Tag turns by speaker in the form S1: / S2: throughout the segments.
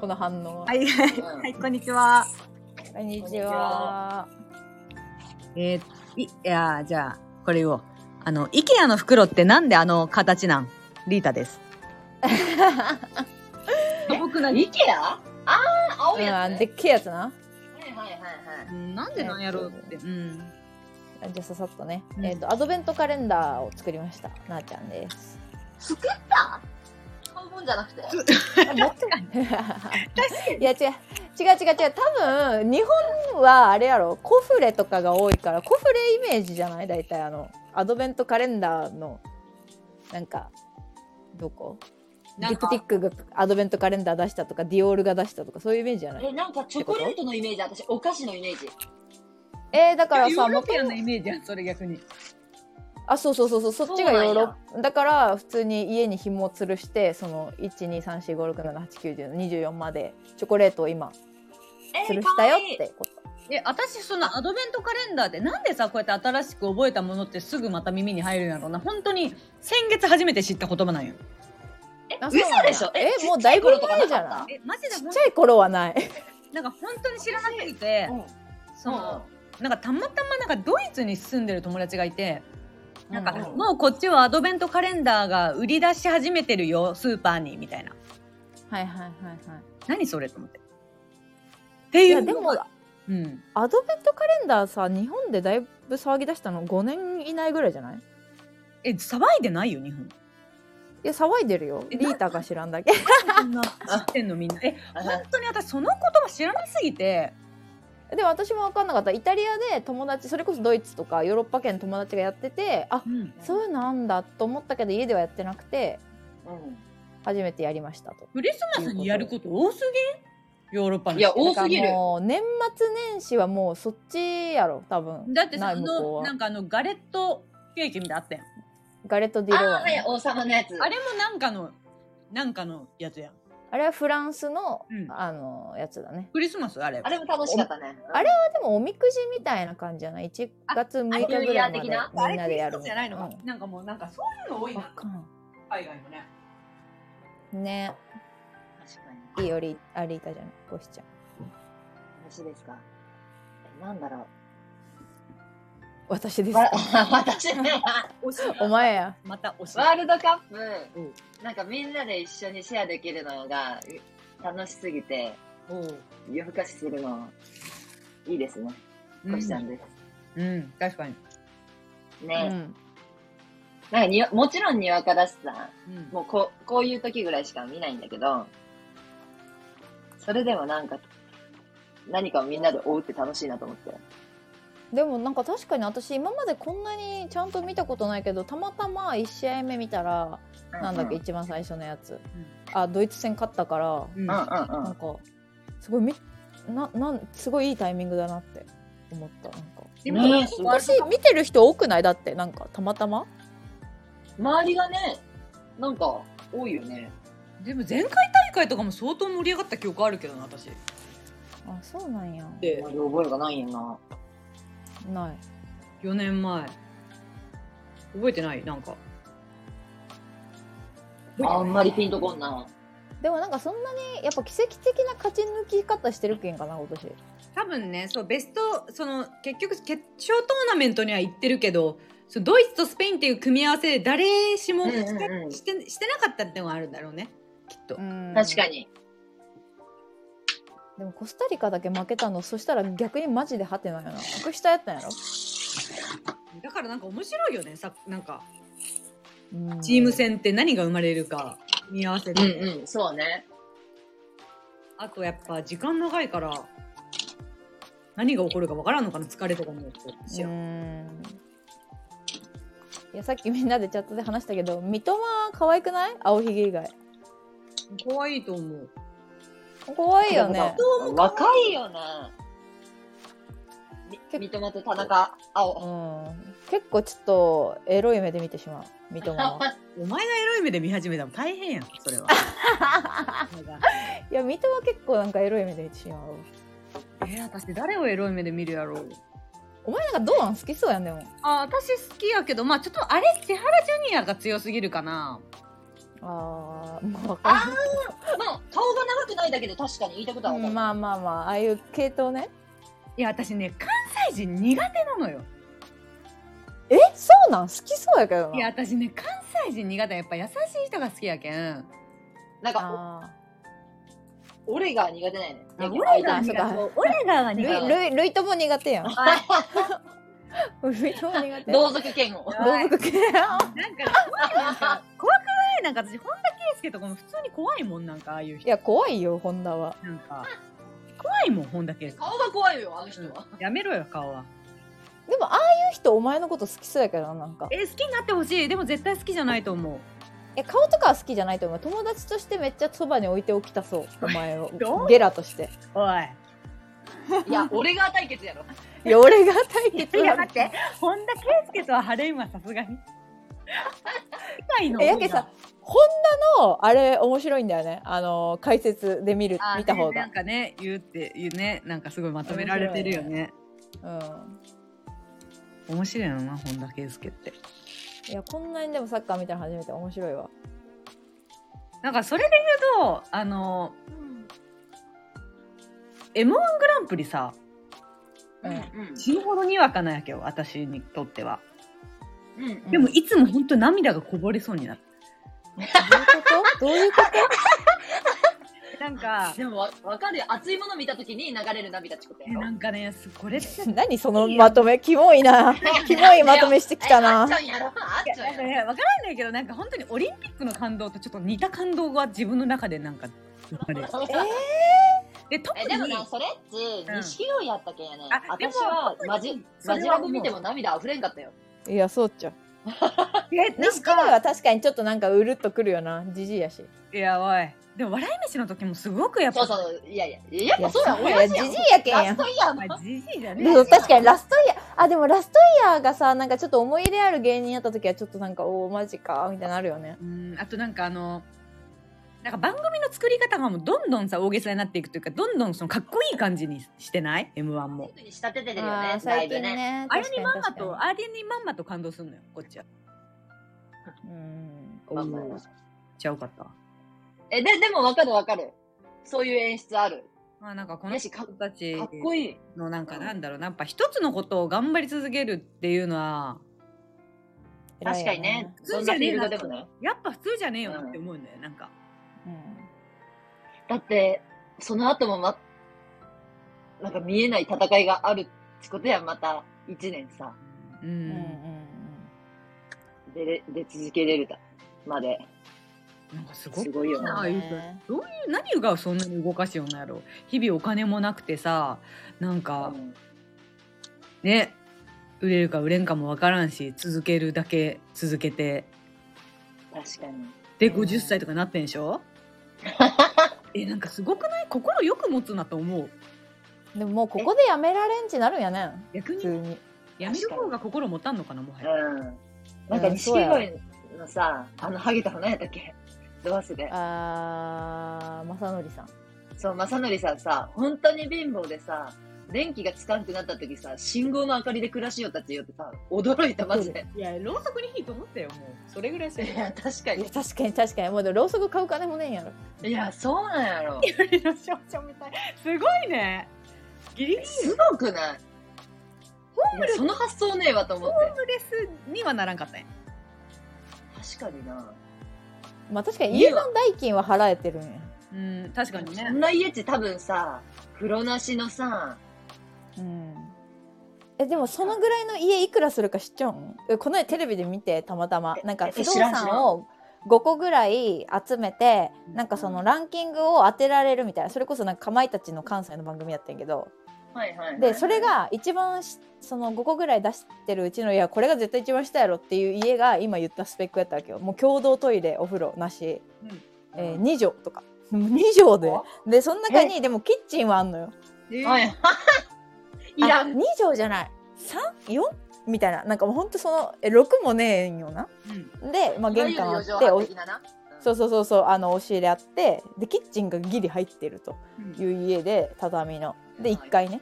S1: この反応は。
S2: はい、はい、こんにちは。
S1: こんにちは。
S2: えー、いいやー、じゃあ、これを。あの、IKEA の袋ってなんであの形なんリータです。
S3: 僕何イケアああ、青いや
S1: うん
S3: つ、
S1: で
S3: ね。
S1: っけえやつな。
S3: はいはいはいはい。
S2: なんでなんやろうって。うん。
S1: あじゃあささっとね、
S2: うん
S1: えっ、とアドベントカレンダーを作りましたなあちゃんです。
S3: 作った買うもんじゃなくて。
S1: いや違う違う違う違う多分日本はあれやろコフレとかが多いからコフレイメージじゃない大体あのアドベントカレンダーのなんかどこ
S2: な
S1: デ
S2: ん
S1: ィ
S2: か
S1: プティックがアドベントカレンダー出したとかディオールが出したとかそういうイメージじゃない
S3: え、なんかチョコレートのイメージ、私、お菓子のイメージ。
S1: えー、だから
S2: ヨ
S1: さ
S2: ーロ
S1: 元
S2: ピアンのイメージやん、それ逆に。
S1: あそうそうそうそうそっちがヨーロッだから普通に家に紐を吊るしてその1234567891024までチョコレートを今
S3: え
S1: 吊る
S3: ー、
S1: し
S3: か
S1: たよ
S3: わいい
S1: ってこと。
S2: え、私、そのアドベントカレンダーで、なんでさ、こうやって新しく覚えたものってすぐまた耳に入るんやろうな。本当に、先月初めて知った言葉なんよ。
S1: あそう
S3: 嘘
S1: なんだ
S3: でしょ
S1: え
S3: え
S1: もうだいぶ
S3: ちっちゃい頃とか
S1: 前じゃない
S2: え、マジで
S1: ち
S2: ほ
S1: っ
S2: ん
S1: ちゃい頃はない。
S2: なんか本当に知らなくて
S3: う、ん
S2: その、なんかたまたまなんかドイツに住んでる友達がいて、なんか、
S3: うん
S2: もうこっちはアドベントカレンダーが売り出し始めてるよ、スーパーに、みたいな。
S1: はいはいはいはい。
S2: 何それと思って。って
S1: い
S2: いう。
S1: やでも
S2: うん。
S1: アドベントカレンダーさ日本でだいぶ騒ぎ出したの5年以内ぐらいじゃない
S2: え、騒いでないよ、日 本。
S1: いや騒いでるよ
S2: え
S1: リータが知らんだけ
S2: そんな知ってんの、みんな。え、
S3: あ
S2: 本当に私、その言葉知らなすぎて、
S1: でも私も分かんなかったイタリアで友達それこそドイツとかヨーロッパ圏の友達がやっててあ
S2: うん。
S1: そういうのあんだと思ったけど家ではやってなくて
S3: う
S1: 初めてやりましたと
S2: クリスマスにやること多すぎんヨーロッパの
S3: ん。いや、
S2: 人
S3: 多すぎ
S1: だ
S3: る
S1: から。もう年末年始はもうそっちやろ多分
S2: だってさ、
S1: な
S2: あ
S1: い向こう
S2: の、
S1: は
S2: なんかあの、ガレットケーキみたいなのあったやん。
S1: ガレット・デ
S3: あ
S1: ィロワ
S3: あ、はい、王様のやつ。
S2: あれもなんかの、なんかのやつやん。
S1: あれはフランスの、
S2: うん
S1: あのやつだね
S2: クリスマスあれ。
S3: あれも楽しかったね。
S1: あれでもおみくじみたいな感じじゃない1月6日ぐらいまでみん
S3: あ
S2: あれ
S1: なでやる
S2: クリスマスじゃないのか
S1: う。ん
S2: なんかもう、なんかそういうの多い
S1: わ
S2: な、
S1: かん
S2: 海外もね。
S1: ね
S3: 確かに。
S1: いいよりあリータじゃないゴシちゃん
S3: 私ですか。えなんだろう。
S1: 私です
S3: わ 私ね、
S1: お前や
S2: またおし
S3: ワールドカップ、
S2: うん
S3: なんかみんなで一緒にシェアできるのがう楽しすぎて、夜更かしするの、いいですね。こしちゃんです。
S2: うん、確かに。
S1: う
S3: ね、
S1: ん
S3: なんかにわもちろんにわかだしさ、
S2: うん
S3: もうこうこういう時ぐらいしか見ないんだけど、それでもなんか、何かをみんなで追うって楽しいなと思って。
S1: でもなんか確かに私今までこんなにちゃんと見たことないけどたまたま1試合目見たらなんだっけ
S3: うん
S1: 一番最初のやつあドイツ戦勝ったから
S2: うん
S3: うんうんう
S1: なん
S3: ん。
S1: かすごいみななんすごいいいタイミングだなって思ったなんか
S2: でも、
S3: ねえ
S2: す
S3: す
S2: ご
S3: ご
S2: い
S3: い。
S1: 私見てる人多くないだってなんかたまたま
S3: 周りがね、なんか多いよね。
S2: でも前回大会とかも相当盛り上がった記憶あるけどな、私。
S1: あそうなんや
S2: で
S3: あんまり覚えがないよな。
S1: ない
S2: 4年前。覚えてないなんか。
S3: あんまりピンとこんな。
S1: でもなんかそんなにやっぱ奇跡的な勝ち抜き方してるけんかな今年
S2: 多分ね、そう、ベスト、その、結局、決勝トーナメントには行ってるけど、そうドイツとスペインっていう組み合わせで誰しも
S3: うん
S2: し,、
S3: うんうん
S2: てしてなかったってのがあるんだろうね。きっと。
S3: 確か
S1: に
S3: に。
S1: でもコスタリカだけ負けたのそしたら逆にマジでハテナやな格下やったんやろ、
S2: だからなんか面白いよね、さ、なんか、
S1: うん
S2: チーム戦って何が生まれるか、組み合わせ
S3: う
S2: で。
S3: んうん、そうね。
S2: あとやっぱ時間長いから何が起こるかわからんのかな疲れとかも
S1: う
S2: うん
S1: いやさっきみんなでチャットで話したけど三笘可愛くない青ひげ以外
S2: 可愛いと思う
S1: 可愛いよね
S3: 若いよね。み三笘と田中
S1: う
S3: 青。
S1: ん結構ちょっとエロい目で見てしまう三笘 は
S2: お前がエロい目で見始めたの大変やんそ れはなんか
S1: いや三笘結構なんかエロい目で見てしまう
S2: えー、私誰をエロい目で見るやろう
S1: お前なんかどうなん好きそうやんでも
S2: あ私好きやけどまあちょっとあれ千原ジュニアが強すぎるかな
S1: ああもうわかんない
S3: まあ、顔が長くないだけで確かに言いたいことはわか
S1: うん
S3: る。
S1: まあまあまあああいう系統ね
S2: いや私ね関西人苦手なのよ
S1: えそうなん好きそうやけどない
S2: や私ね関西人苦手やっぱ優しい人が好きやけん
S3: なんか、
S1: あ
S3: お俺が苦手ないね。
S2: あ
S1: 手が苦手
S2: 俺らが
S1: ー
S2: 苦
S1: ルイ
S2: 手
S1: ルイルイとも苦手やん ルイとも苦手
S3: 同族嫌悪。
S1: 同族 系
S2: なんか怖いなんか怖くない なんか私本田圭佑とかも普通に怖いもんなんかああいう
S1: い
S2: 人
S1: や怖いよホンダは
S2: なんか怖いもん本田圭佑
S3: 顔が怖いよ、あの人は。
S2: やめろよ顔は
S1: でもああいう人お前のこと好きそうやけどななんか
S2: え好きになってほしいでも絶対好きじゃないと思う
S1: え顔とかは好きじゃないと思う友達としてめっちゃそばに置いておきたそう お前を
S2: どう
S1: ゲラとして
S2: おい
S3: いや、俺が対決やろ。
S1: いや俺が対
S2: い
S1: 決
S2: や待って本田圭佑とはハレンはさすがに世界の
S1: えやけさホンダのあれ面白いんだよねあの解説で見る
S2: あー
S1: 見た方
S2: ねな
S1: が
S2: んかね言うって言うねなんかすごいまとめられてるよね
S1: うん
S2: 面白いよな本田圭佑って
S1: いやこんなにでもサッカー見たの初めて面白いわ
S2: なんかそれで言うとあの m 1グランプリさ
S1: うん
S2: 死ぬほどにわかなんやけど私にとっては
S3: うん。うん。
S2: でもいつも本当涙がこぼれそうになる、
S1: どういうこと どういうこ
S2: なんか
S3: でもわ、わかるよ。熱いもの見たときに流れる涙ってこと
S2: え
S3: やろ。
S2: なんかねすこれって
S1: と何そのまとめキモいなキモいまとめしてきた
S3: あ
S1: な
S3: っちゃんやろ。あっちゃ
S2: なんか
S3: んやろ。
S2: ね、わからないけど、なんか本当にオリンピックの感動とちょっと似た感動が自分の中でなんか。わかるで、特
S3: え
S2: に。
S3: でもな、それっち、錦鯉やったけんやね。
S2: あでも
S3: 私はマジ、
S2: それは
S3: マジラブ見ても涙溢れんかったよ。
S1: いやそうっちゃ
S2: え、なん
S1: 錦鯉は
S2: か。
S1: 確かにちょっとなんかうるっとくるよなじじいやし
S2: いやばい。でも笑い飯の時もすごくやっ
S3: そ
S2: ぱ。
S3: うそう、いやいや、やっぱそうや、
S1: い
S3: 親
S1: やじじ
S3: 父や
S1: い
S3: ん。
S1: やけんや
S3: ラストイヤーの
S2: まあ、じじいだ
S1: で
S2: ね。
S1: も確かにラストイヤーあでもラストイヤーがさなんかちょっと思い入れある芸人やった時はちょっとなんかおおマジかみたいになるよね
S2: うん、あとなんかあの。なんか番組の作り方がもうどんどんさ大げさになっていくというかどんどんそのかっこいい感じにしてない m 1も
S3: に仕立ててるよ
S1: あー、
S3: ねだい
S1: 最
S3: ぶ
S1: 近
S3: ね。
S1: ね
S2: あれにまんま
S1: 確かに
S2: とあれにまんまと感動するのよこっちは
S1: 確かにうん
S2: おーちゃうかった
S3: え、で、でもわかるわかる。そういう演出ある。
S2: まあなんかこの
S3: や
S2: 人
S3: し、か
S2: たち
S3: かっこいい。
S2: のなんかなんだろうなやっぱ一つのことを頑張り続けるっていうのは
S1: 偉い
S3: 確
S1: よ
S3: かにね。
S2: 普
S3: ど
S2: 通
S3: ん
S2: じ
S3: な
S2: ゃ
S3: フ
S2: ね
S3: ィー
S2: え
S3: ル
S2: な
S3: ド
S2: って
S3: でもね。
S2: やっぱ普通じゃねえよなって思うんだよなんか
S1: うん
S3: だって、その後もま、なんか見えない戦いがあるってことやん、また一年さ、
S2: う
S1: うんうん
S2: ん、
S3: 出れ、出続けれるたまで。
S2: なんかすご
S3: す
S2: く
S3: ごいよ
S1: う
S3: な。
S1: ん
S2: あ
S1: う
S2: いい
S1: ん
S2: ぞどういう何がそんなに動かしようなんやろ日々お金もなくてさなんか
S3: うん
S2: ね売れるか売れんかもわからんし続けるだけ続けて
S3: 確かに。
S2: で
S1: うん
S2: 50歳とかなってんでし ょえなんかすごくない心よく持つなと思う
S1: でももうここでやめられんちなるんやねん
S2: 逆
S1: 普
S2: に
S1: 通に
S2: やめる方が心持たんのかなもはや
S3: うん。なんか
S1: うん
S3: 錦
S1: そうや
S3: 鯉のさ、あの、ハゲた花やったっけどうすで。
S1: あー正則さん
S3: そう、まさのりさんさ、本当に貧乏でさ、電気がつかんくなった時さ、信号の明かりで暮らしよったって言うてさ、驚いた、マジで。
S2: いやろうそくに火と思ったよもうそれぐらいし
S3: いや、確か
S1: いや
S3: に。
S1: 確かに確かにもうでもろうそく買う金もねえんやろ
S3: いや、そうなんやろ。
S2: の少女みたいすごいねギリギリ
S3: すごくないいやその発想ねえわと思っ
S2: ホームレスにはならんかったんや
S3: て。確かにな。
S1: まあ確かに家の代金は払えてるんや
S2: うん確かに
S3: そん
S2: ね
S3: な家地多分さ、風呂なしのさ、
S1: うんえでもそのぐらいの家いくらするか知っちゃうんえこの間テレビで見てたまたま
S3: え
S1: なんか
S3: え
S1: 不動
S3: 知らん知ら
S1: 産
S3: ん
S1: を5個ぐらい集めてなんかそのランキングを当てられるみたいなそれこそなんかかまいたちの関西の番組やったんやけど
S3: はいはいはい
S1: でそれ、が一番しその5個ぐらい出してるうちのいやこれが絶対一番下やろっていう家が今言ったスペックやったわけよもう共同トイレお風呂なし、えー、2畳とかもう2畳ででその中にでもキッチンはあんのよ
S2: え
S3: はい。 いらん。
S1: 2畳じゃない 34? みたいななんかもうほんとそのえ6もねえんよな
S2: うん
S1: で、まあ、玄関あっておそうそうそうそうあの押し入れあってでキッチンがギリ入ってるという家で畳ので1階ね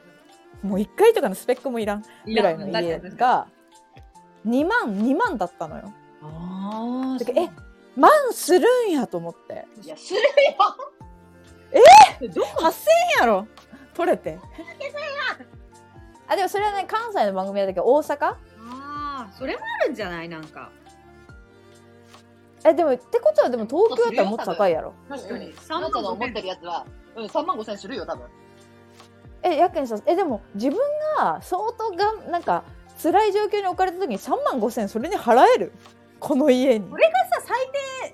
S1: もう1回とかのスペックもいらん
S2: い
S1: ぐらい
S2: や
S1: の
S2: だって
S1: 家が2万2万だったのよ
S2: ああ
S1: だからえ万するんやと思って
S3: いや、する
S2: えどこ
S1: 8000円やろ取れてあでもそれはね関西の番組だったけど大阪
S2: ああそれもあるんじゃないなんか
S1: えでもってことはでも東京やったらもっと高いやろ
S2: 確かに
S3: あ
S2: 3
S3: な
S2: 万
S3: たの
S2: 5
S3: 思っ
S2: 千
S3: てるやつは、うん、3万5千するよ、多分。
S1: えやけんさえでも自分が相当がんなんか辛い状況に置かれた時に3万5千それに払えるこの家に
S2: それがさ最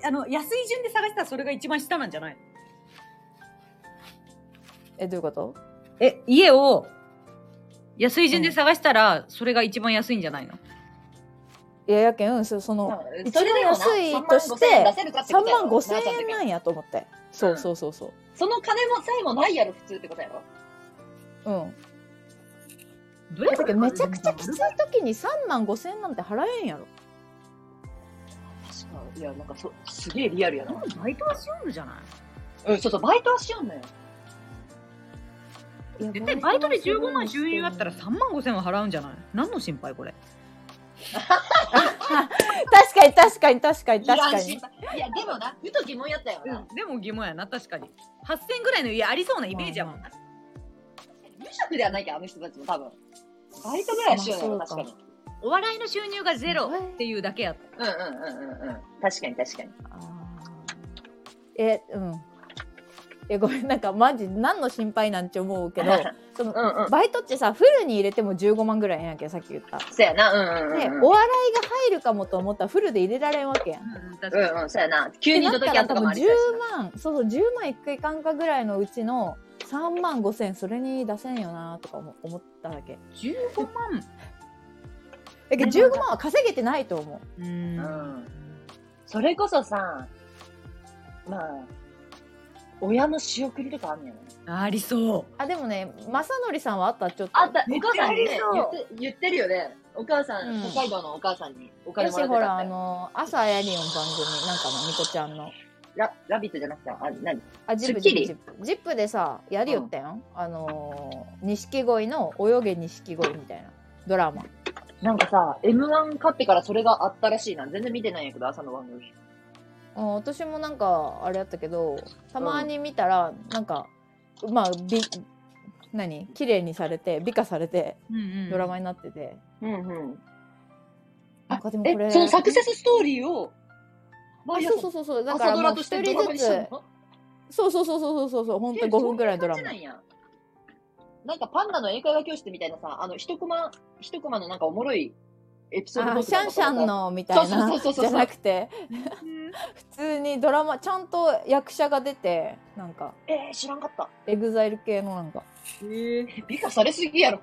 S2: 低あの安い順で探したらそれが一番下なんじゃない
S1: えどういうこと
S2: え家を安い順で探したらそれが一番安いんじゃないの、
S1: いややけんそその
S3: うん
S1: 一番
S3: それでもな
S1: 安いとして
S3: 3万5千円出せるかってこ
S1: 3
S3: とやろ
S1: 万5千円なんやと思ってそううんそうそうそう
S3: その金もさえもないやろ、普通ってことやろ。
S1: うん
S2: どれ
S1: だ
S2: く
S1: け
S2: ら
S1: ど
S2: い
S1: めちゃくちゃきつい時に3万5千円なんて払えんやろ
S3: 確かに。いや、なんかそ、すげえリアルやな。
S2: バイトはしようのじゃない
S3: うん、そうそう、バイトはしようのよ。
S1: いや
S2: 絶対バイトで15万収入あったら
S1: 確
S2: 3万5千は払うんじゃない何の心配これ
S1: かに 確かに確かに確
S3: い
S1: から
S3: ん
S1: に
S3: 心配いや、でもな、ふと疑問やったよな。
S2: でも疑問やな確かに8千ぐらいの家ありそうなイメージやもんな
S3: 無職ではないけど、あの人たちも多分。バイトぐらいはしようのよ、
S1: まあ
S3: 確
S1: そう
S3: か
S1: か
S3: に。
S2: お笑いの収入がゼロっていうだけやった
S3: うんうんうんうんうん。確かに確かに。
S1: えうんえごめんなんかマジ何の心配なんて思う けどその
S3: うんうん。
S1: バイトってさフルに入れても15万ぐらいやんけんさっき言った。
S3: そうやな、うんうんうん
S1: で、
S3: うん。
S1: お笑いが入るかもと思ったらフルで入れられんわけやん。
S2: うんうん確かに
S3: うんうん、そうやな。急に
S1: って
S3: 届
S1: なっ
S3: き
S1: たら多
S3: やんとか
S1: 分
S3: もありそうやし
S1: 10万そうそう10万いくいかんかぐらいのうちの3万5千それに出せんよなとか思思っただけ
S2: 15万
S1: だけど15万は稼げてないと思
S2: う
S3: な。うんん。それこそさ、まあ、親の仕送りとかあんねやろ。
S2: ありそう
S1: うあでもね正則さんはあったらちょっと
S3: あった、お
S2: めっ
S3: 母
S2: ちゃ
S3: さん
S2: あ
S3: に
S2: り
S3: ね
S2: そう
S3: 言って、言ってるるよね。お母さん、
S1: うん
S3: 北海道のお母さんにお金
S1: よ
S3: も
S1: し
S3: らって
S1: ほら
S3: た
S1: あ
S3: って。
S1: の朝やりよん番組なんかのみこちゃんの
S3: ララビットじゃなくて、あ、何
S1: あジップ
S3: ス
S1: ジ
S3: ッキリ
S1: ップジップでさやりよったやん、あのー錦鯉の泳げ錦鯉みたいなドラマ
S3: なんかさ、M1 買ってからそれがあったらしいな。全然見てないんやけど、朝の番組。
S1: うん私もなんかあれやったけどたまに見たらなんか、まあび何綺麗にされて美化されて
S2: うんうん
S1: ドラマになってて、
S3: うんうん。
S1: なんかでもこれ
S3: え、そのサクセスストーリーを、
S1: あそうそうそうそうだか
S3: 朝
S1: ら
S3: ド
S1: も
S3: ラ
S1: う
S3: と
S1: 一
S3: して
S1: 人
S3: ドラマ
S1: ず
S3: に
S1: つ
S3: してんの
S1: そうそうそうそうそうそう本当5分ぐらいのドラマ
S3: えそういう感じなんやなんかパンダの英会話教室みたいなさ、あの、一コマ、一コマのなんかおもろいエピソード
S1: あシャンシャンのみたい
S3: そ
S1: な
S3: うそうそうそうそう
S1: じゃなくて普通にドラマちゃんと役者が出てなんか
S3: えー、知らんかった。
S1: エグザイル系のなんか
S2: え
S3: え美化されすぎやろ。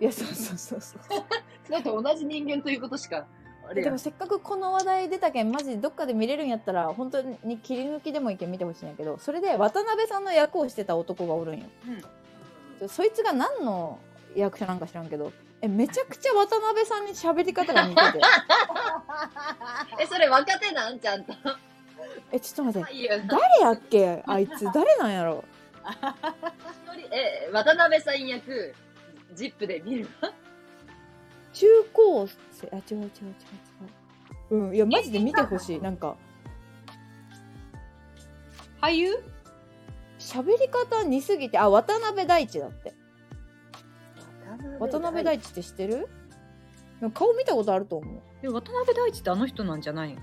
S1: いやそうそうそうそう
S3: だって同じ人間ということしか、あれ
S1: で
S3: や
S1: もせっかくこの話題出たけんマジどっかで見れるんやったら本当に切り抜きでもいいけん見てほしいんやけどそれで渡辺さんの役をしてた男がおるんよちょそいつが何の役者なんか知らんけどえめちゃくちゃ渡辺さんに喋り方が似て て
S3: え、それ若手なんちゃんと。
S1: えちょっと待って
S3: いいよな。
S1: 誰やっけあいつ誰なんやろ
S3: え、渡辺さん役、ジップで見るわ。
S1: 中高生あ違う違う違う違ううんいやマジで見てほしいなんか
S2: 俳優
S1: 喋り方似すぎてあ渡辺大地だって渡辺大地って知ってるなんか顔見たことあると思う
S2: で渡辺大地ってあの人なんじゃないの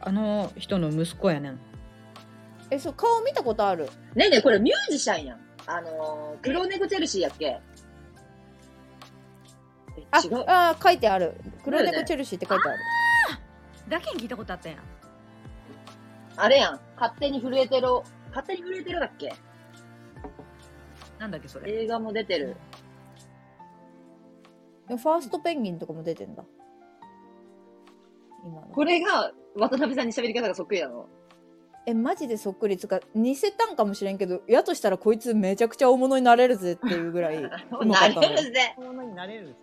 S2: あの人の息子やねん
S1: えそう顔見たことある
S3: ねえねえ、これミュージシャンやん。あのー、黒猫チェルシーやっけえ
S1: あ
S3: 違う。
S1: あー書いてある黒
S3: だよ
S1: 猫
S3: ね
S1: チェルシーって書いてある
S2: だけに聞いたことあったやん
S3: あれやん。勝手に震えてる。勝手に震えてるだっけ
S2: なんだっけそれ
S3: 映画も出てる。
S1: でもファーストペンギンとかも出てんだ今の
S3: これが渡辺さんに喋り方がそっくりなの。
S1: えマジでそっくりつか似せたんかもしれんけどやとしたらこいつめちゃくちゃ大物になれるぜっていうぐら いうまか
S3: な
S1: った
S3: る
S1: ね
S3: ぜ。
S2: ものになれる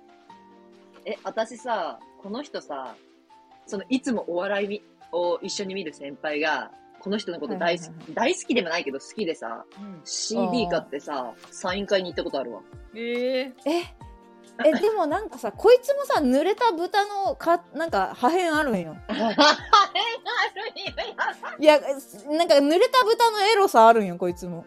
S3: え、私さ、この人さ、そのいつもお笑いみを一緒に見る先輩が、この人のこと大好き、
S1: はいはい
S3: 大好きでもないけど好きでさ、CD 買ってさ、サイン会に行ったこ とあるわ。
S2: ええ
S1: ええでもなんかさこいつもさ濡れた豚のかなんか破片あるんよいやなんか濡れた豚のエロさあるんよこいつも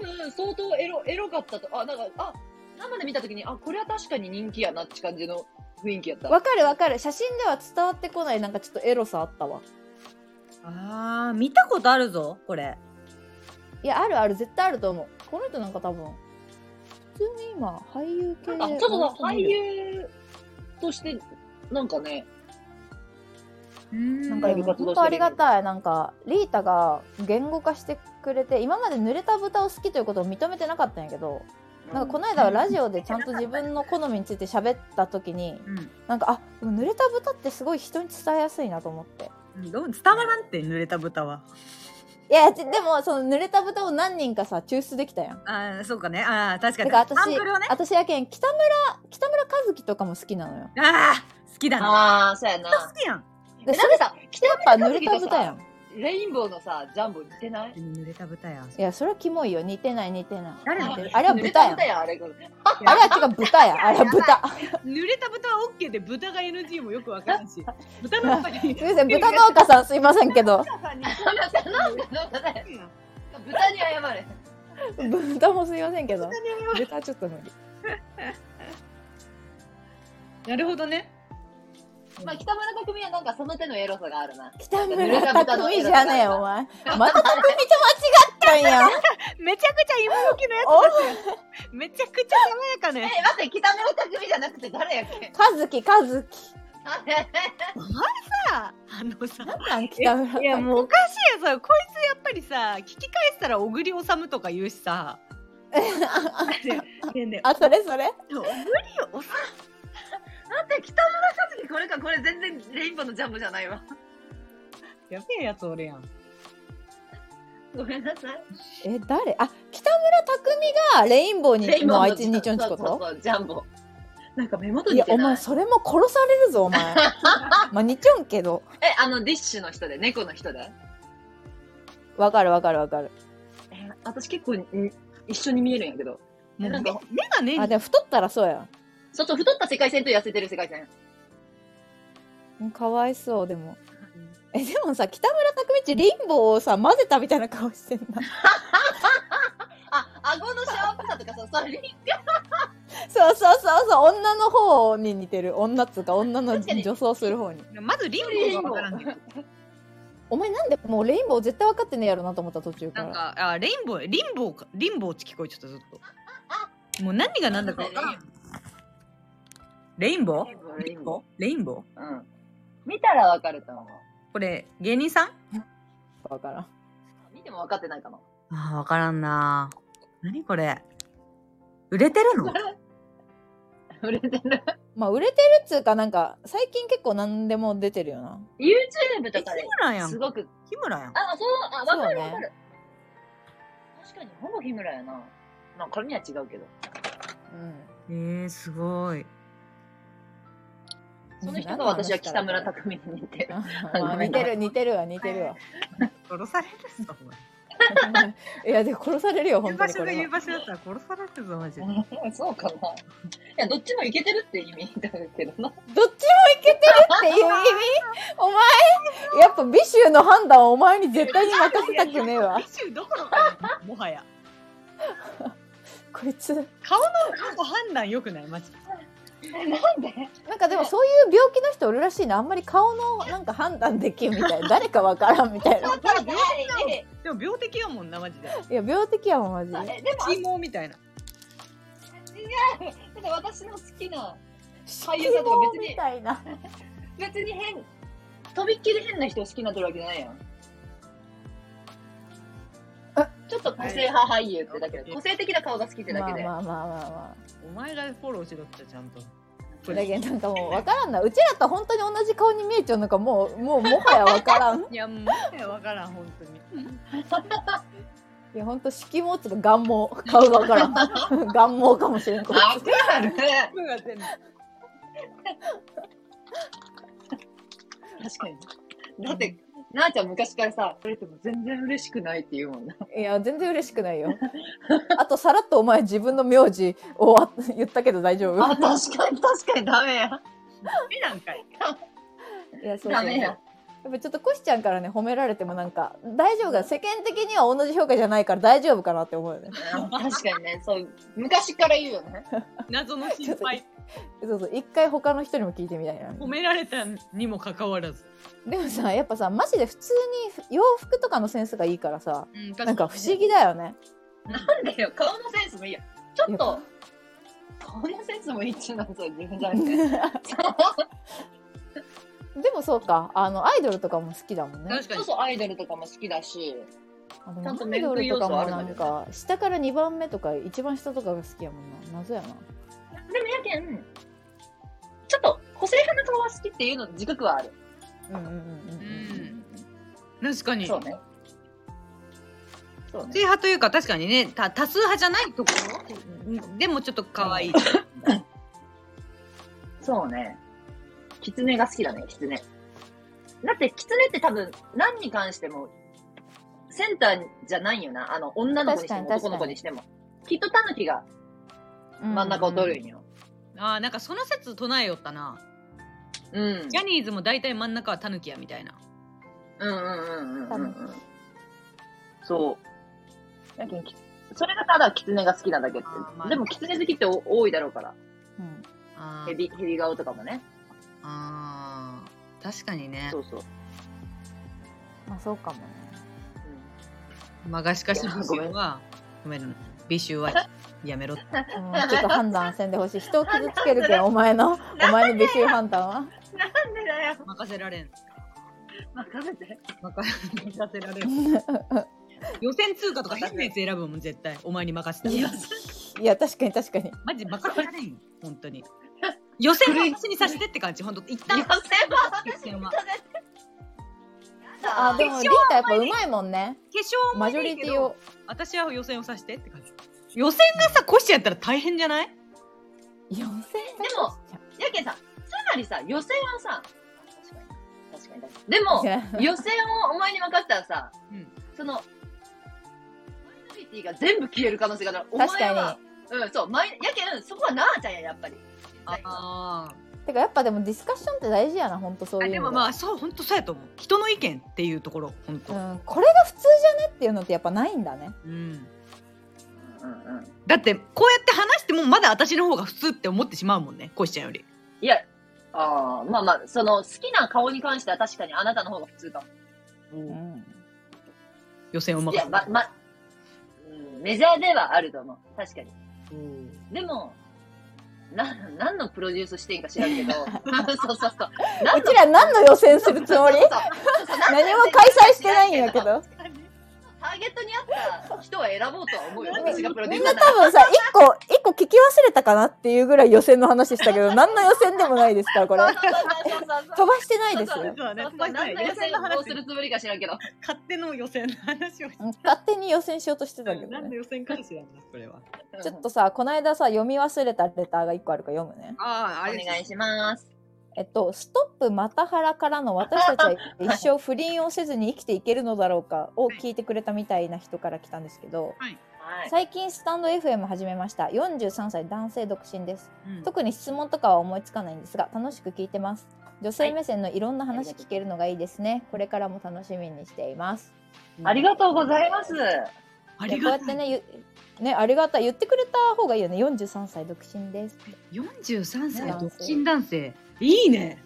S3: 多分相当エロエロかったとあなんかあ生で見た時にあこれは確かに人気やなって感じの雰囲気やった
S1: わかるわかる写真では伝わってこないなんかちょっとエロさあったわ
S2: あー見たことあるぞこれ
S1: いやあるある絶対あると思うこの人なんか多分普通に今俳優系で
S3: なんかそうそうそう
S1: 割と
S3: 俳
S1: 見る
S3: 優としてなんかね
S1: なん
S2: ん
S1: か
S3: だ
S1: で
S3: いぶ
S1: も
S3: 活
S1: 本
S3: 動してる
S1: 当ありがたいなんかリータが言語化してくれて今まで濡れた豚を好きということを認めてなかったんやけどなんかこの間ラジオでちゃんと自分の好みについて喋った時になんかあでも濡れた豚ってすごい人に伝えやすいなと思って
S2: うん、どう伝わらんって濡れた豚はい
S1: やででもその濡れた豚を何人かさ抽出できたやん
S2: ああそうかねああ確
S1: だ
S2: かに
S1: から私
S2: サンプルをね
S1: 私やけん北村北村和樹とかも好きなのよ
S2: ああ好きだな
S3: ああそうやな
S2: 好きやん
S1: で
S3: え
S1: そ
S3: なん
S1: れ
S3: で
S1: や
S3: さ北
S1: っぱ濡れた豚やん
S3: レインボーのさジャンボ似てない
S2: 濡れた豚やん
S1: いやそれはキモいよ似てない似てない
S2: 誰
S1: 似
S2: の
S1: てるあれは豚やん
S3: 濡れた豚やんあれ これ
S1: あれは違う豚やんあれは豚
S2: 濡れた豚は OK で豚が NG もよくわからんし豚の他に
S1: すいません 豚農家さんすいませんけど
S3: 豚に謝れ
S1: 豚もすいませんけど豚ちょっと無理
S2: なるほどね
S3: まあ北村匠海はなんかその手のエロさがあるな
S1: 北村匠海じゃねえよお前また匠と間違ったんや
S2: めちゃくちゃ今向きのや
S1: お
S2: つめちゃくちゃ爽やか
S3: え
S2: ね
S3: 待って北村匠海じゃなくて誰やっけ
S1: 和樹和樹
S3: あれ
S2: さあのさ
S1: なん北村匠
S2: い
S1: 海
S2: やもうおかしいやさこいつやっぱりさ聞き返したら小栗治とか言うしさねえねえ
S1: あそれそれ
S2: 小栗を治
S3: 待って北村匠海これかこれ全然レインボーのジャンボじゃないわ
S2: やべえやつおるやん
S3: ごめんなさい
S1: え誰あ北村匠海がレインボーにのあいつにちょんちこ
S3: そう
S1: と
S3: そうそうジャンボなんか目元
S1: い
S3: 似
S1: や
S3: て
S1: お
S3: ない
S1: 前それも殺されるぞお 前まあ似ちょんけど
S3: えあのディッシュの人で猫の人で
S1: わかるわかるわかる
S3: え私結構ん一緒に見えるんやけど
S2: もう
S3: なんか
S2: 目がね
S1: あでも太ったらそうや
S3: そうそう太った世界線と痩せてる世界線
S1: んかわいそうでもえでもさ北村匠海ってレインボーをさ混ぜたみたいな顔してんな
S3: あ顎のシャープさとかさ そういう
S1: そうそうそうそう女の方に似てる女っつうか女の
S3: 確かに
S1: 女装する方に
S2: まずリンゴがわからんけど
S1: お前なんでもうレインボー絶対分かってねえやろなと思った途中か
S2: な
S1: ら
S2: んかあレインボーリンボーかリンボーって聞こえちゃったずっともう何が何だかわからんレインボー
S3: レインボ
S2: レインボー
S3: ーうん見たらわかると思う
S2: これ芸人さん
S1: 分からん
S3: 見ても分かってないかな
S2: あーわからんな何これ売れてるの
S3: 売れてる
S1: まあ売れてるっつうかなんか最近結構何でも出てるよな
S3: YouTube
S2: え
S3: と
S2: 日
S3: かで
S2: 村やん
S3: すごく
S2: 日村やん
S3: あそうあ分か
S1: そうね
S3: る分かる、確かにほぼ日村やなまあ髪は違うけど
S1: うん
S2: えー、すごい
S3: その人が私は北村匠海に似て る
S1: あまあ似てる似てるわ似てる わ。
S2: 殺されるぞお前
S1: いやでも殺されるよ
S2: 言
S1: 本
S2: う
S1: 当に
S2: 場所
S1: こ
S2: が
S1: れ
S2: 言う
S1: は。
S2: 場所だったら殺されるぞマジで
S3: うんそうかな。いや、どっちもいけてるって意味だけどな。
S1: どっちもいけてるっていう意味？お前やっぱ美酒の判断はお前に絶対に任せたくねえ わ。
S2: 一周どころかもはや
S1: こいつ
S2: 顔の顔の判断よくないマジで
S3: なんで
S1: なんかでもそういう病気の人おるらしいなあんまり顔のなんか判断できんみたいな誰かわからんみたい な。
S3: だからえ
S2: でも病的やもんなマジで
S1: いや病的やもんマジ
S3: でも、
S1: で。
S2: チーモーみたいな
S3: 違う。だって私の好きな、
S1: 色
S3: 俳優さんとか別に
S1: みたい な。
S3: 別に変、とびっきり変な人を好きになってるわけじゃないやん。ちょっと個性派俳優ってだけで、個性的な顔が好きってだ
S1: ま
S3: け
S1: あ
S3: で。
S1: まあまあまあま あ。
S2: お前がフォローしろってちゃんと
S1: だけどなんかもうわからんなうちらと本当に同じ顔に見えちゃうのかもうもうもはやわからん。
S2: いやもう分からん本当に
S1: いや、ほんと、色毛っつうか、眼毛。顔がわからん。眼毛かもしれん、これ。
S3: あるね。確かに。だって、なあちゃん昔からさ、これでも全然嬉しくないって言うもんな。
S1: いや全然嬉しくないよあとさらっとお前自分の名字をあ言ったけ ど大丈夫
S3: あ、確かに確かにダメや。
S2: 目なんかい。
S1: いやそうそう
S3: ダメや。
S1: やっぱちょっとコシちゃんからね褒められてもなんか大丈夫かな世間的には同じ評価じゃないから大丈夫かなって思うよね
S3: うん確かにね、そう、昔から言うよね。
S2: 謎の心配。
S1: そうそう一回他の人にも聞いてみたいな
S2: 褒められたにもかかわらず。
S1: でもさやっぱさマジで普通に洋服とかのセンスがいいからさ
S2: うん、
S1: なんか不思議だよね
S3: なんだよ、顔のセンスもいいよ。ちょっと、顔のセンスもいいっていうのはそう自分じゃなくて。
S1: でもそうかあのアイドルとかも好きだもんね
S2: 確か
S3: そう
S2: に。
S3: そう、アイドルとかも好きだし。
S1: あで
S3: ちゃん
S1: も
S3: と
S1: アイ
S3: 面
S1: ド
S3: 食い
S1: ルと
S3: 要
S1: か
S3: 素
S1: も
S3: あるん
S1: な
S3: だ
S1: ん
S3: けど
S1: か下から2番目とか一番下とかが好きやもんな謎やな
S3: でもやけん、ちょっと個性派な顔は好きっていうの自覚はある。
S1: うんうんうんうんうん
S2: 確かに。
S3: そうね。そう
S2: 個
S3: ね
S2: 性。派というか確かにねた多数派じゃないところでもちょっと可愛い、
S3: そうね。キツネが好きだね、キツネ。だって、キツネって多分、何に関しても、センターじゃないよな。あの、女の子にして
S1: 確
S3: も、
S1: かに確か
S3: 男
S1: に
S3: の子にしても。きっとタヌキが真ん中を取るんよ。
S2: ああなんかその説唱えよったな
S3: うん。
S2: ジャニーズも大体真ん中はタヌキやみたいな
S3: うんうんうんうんう
S1: タ
S3: んう
S1: ヌ
S3: ん。そう。だけどきそれがただキツネが好きなだけって
S2: あーまあ。
S3: でも、キツネ好きってお多いだろうから。
S1: うん
S2: あー
S3: ヘビ、ヘビ顔とかもね。
S2: あー確かにね
S3: そうそう。
S1: まあそうかもね
S2: まあがしかし美醜はごめん美醜はやめろって
S1: うんちょっと判断せんでほしい人を傷つけるけんお前のお前の美醜判断は
S3: なんでだよ。
S2: 任せられん
S3: 任せ て。
S2: 任せ任せられん予選通過とか変なやつ選ぶもん絶対お前に任せたら
S1: いやいや確かに確かに
S2: マジ任せられんよ本当に予選は私にさせてって感じ本当一
S3: 予
S2: 旦
S3: 選は
S2: 予選は
S1: あでもリータやっぱうまいもんね
S2: 決
S1: マ
S2: 勝
S1: ジョリ
S2: もいいけ
S1: テ
S2: ど
S1: ィを
S2: 私は予選をさしてって感じ予選がさコシやったら大変じゃない
S1: 4000円
S3: やけんさ、つまりさ、予選はさ、確かに、確かに、確かに。でも、予選をお前に任せたらさ、
S2: うん
S3: その、マイノリティが全部消える可能性がある。お前
S1: 確か
S3: は、うん、そう、マイ、やけん、そこはなあちゃんや、やっぱり。
S2: あ
S1: にてかやっぱでもディスカッションって大事やなほんとそういう意味
S2: で
S1: で
S2: もまあそう本当そうやと思う人の意見っていうところ本当
S1: うん、これが普通じゃねっていうのってやっぱないんだね
S2: うん
S3: うんうん。
S2: だってこうやって話してもまだ私の方が普通って思ってしまうもんねコシちゃんより
S3: いや、ああ、まあまあ、その、好きな顔に関しては確かにあなたの方が普通かも。
S1: うん
S2: 予選を
S3: い
S2: 任
S3: や、
S2: せ
S3: ま、ま、うん、メジャーではあると思う。確かに。でも、な、何のプロデュースしていいか知らん けど、そうそうそう。何
S1: う
S3: の
S1: ちら何の予選するつもり
S3: そうそうそう
S1: 何も開催してないんやけど
S3: ターゲットに合った人は選ぼうとは思うよ。私がプロデュ
S1: み
S3: ー
S1: ん
S3: サー
S1: な
S3: な
S1: 多
S3: ら
S1: 分さ一個一個聞き忘れたかなっていうぐらい予選の話したけど何の予選でもないですからこれ
S3: そうそうそうそう
S1: 飛ばしてないですよ
S2: そうね
S3: そうそう何の予選をどうするつもりか知らんけど。
S2: 勝手の予選の話をし
S1: うん勝手に予選しようとしてたけど
S2: 何の
S1: ね
S2: 予選開始なんだそれは
S1: ちょっとさこの間さ読み忘れたレターが一個あるから読むね
S2: ああ
S3: お
S2: あれ
S3: 願いします。
S1: えっと、ストップマタハラからの私たちは一生不倫をせずに生きていけるのだろうかを聞いてくれたみたいな人から来たんですけど、
S3: はい。
S1: 最近スタンド FM 始めました。43歳男性独身です。
S2: うん
S1: 特に質問とかは思いつかないんですが、楽しく聞いてます。女性目線のいろんな話聞けるのがいいですね。これからも楽しみにしています。
S3: ありがとうございます。
S2: あ
S1: いや
S2: り
S1: こうや
S2: が
S1: っ
S2: と
S1: てね、ゆね、ありがたい。言ってくれた方がいいよね。43歳独身です。
S2: 43歳
S1: ね
S2: 独身男性いいね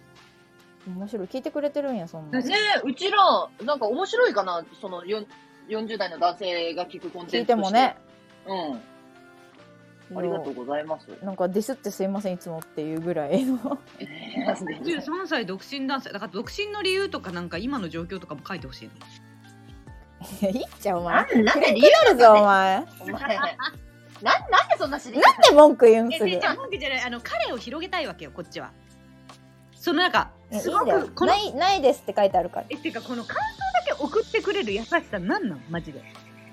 S1: 面白い。聞いてくれてるんや、そんな
S3: ね
S1: ん。
S3: うちら、なんか面白いかな、そのよん40代の男性が聞くコン
S1: 聞
S3: テ
S1: い
S3: ン
S1: て
S3: ツとして。
S1: もね。
S3: うん。ありがとうございます。
S1: なんかディスってすいませんいつもっていうぐらいの
S2: 43歳独身男性だから独身の理由とかなんか今の状況とかも書いてほしいの
S1: いやいいっちゃんお前
S3: なんなんで理
S1: あ
S3: 由
S1: るぞお
S3: なんか
S1: 前
S3: ねお前。なんなんでそんな知り合い
S1: なんで文句言うん
S2: え
S1: すぐ
S2: じゃあ文句じゃないあの彼を広げたいわけよこっちはそのなんか
S1: いやいい
S2: す
S1: ん
S2: ご
S1: だよ
S2: くこの
S1: ないないですって書いてあるから
S2: えっていうかこの感想だけ送ってくれる優しさなんなんマジで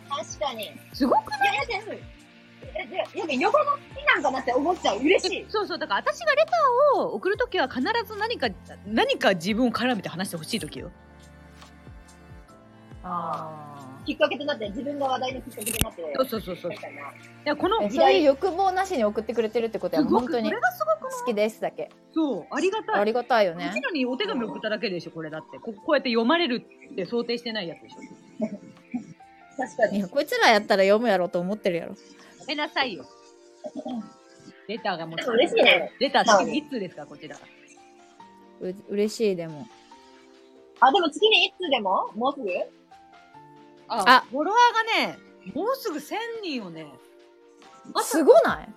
S3: 確かに。
S2: すごく
S3: いや、やけん、えでやけん、横の好きなんかなって思っちゃう。嬉しい。
S2: そうそうだから私がレターを送るときは必ず何か何か自分を絡めて話してほしいときよ
S1: あ
S3: きっかけとなって、自分が話題のきっかけとなって、
S2: そうそうそうそう
S3: み
S2: い
S3: たいな。
S2: やこの
S1: ーえ
S3: 時
S1: そう
S3: 代
S1: いう欲望なしに送ってくれてるってことや
S2: す
S1: もん
S2: ご
S1: 本
S2: く
S1: 当
S2: こ
S1: に
S2: れがすごく
S1: 好きですだけ
S2: そうありがた
S1: あ
S2: い
S1: りがたいよ
S2: うち
S1: ね
S2: らにお手紙送っただけでしょこれだってここうやって読まれるって想定してないやつでしょ
S3: 確か
S1: い
S3: に。
S1: やこいつらやったら読むやろと思ってるやろ
S2: ごめんなさいよレターがもう
S3: でも嬉しいね。
S2: レター月に1通ですからこちら
S1: う嬉しいでも
S3: あ、でも月に1通でももうすぐ
S2: あ
S1: あ
S2: フォロワーがねもうすぐ1000人をね
S1: すごない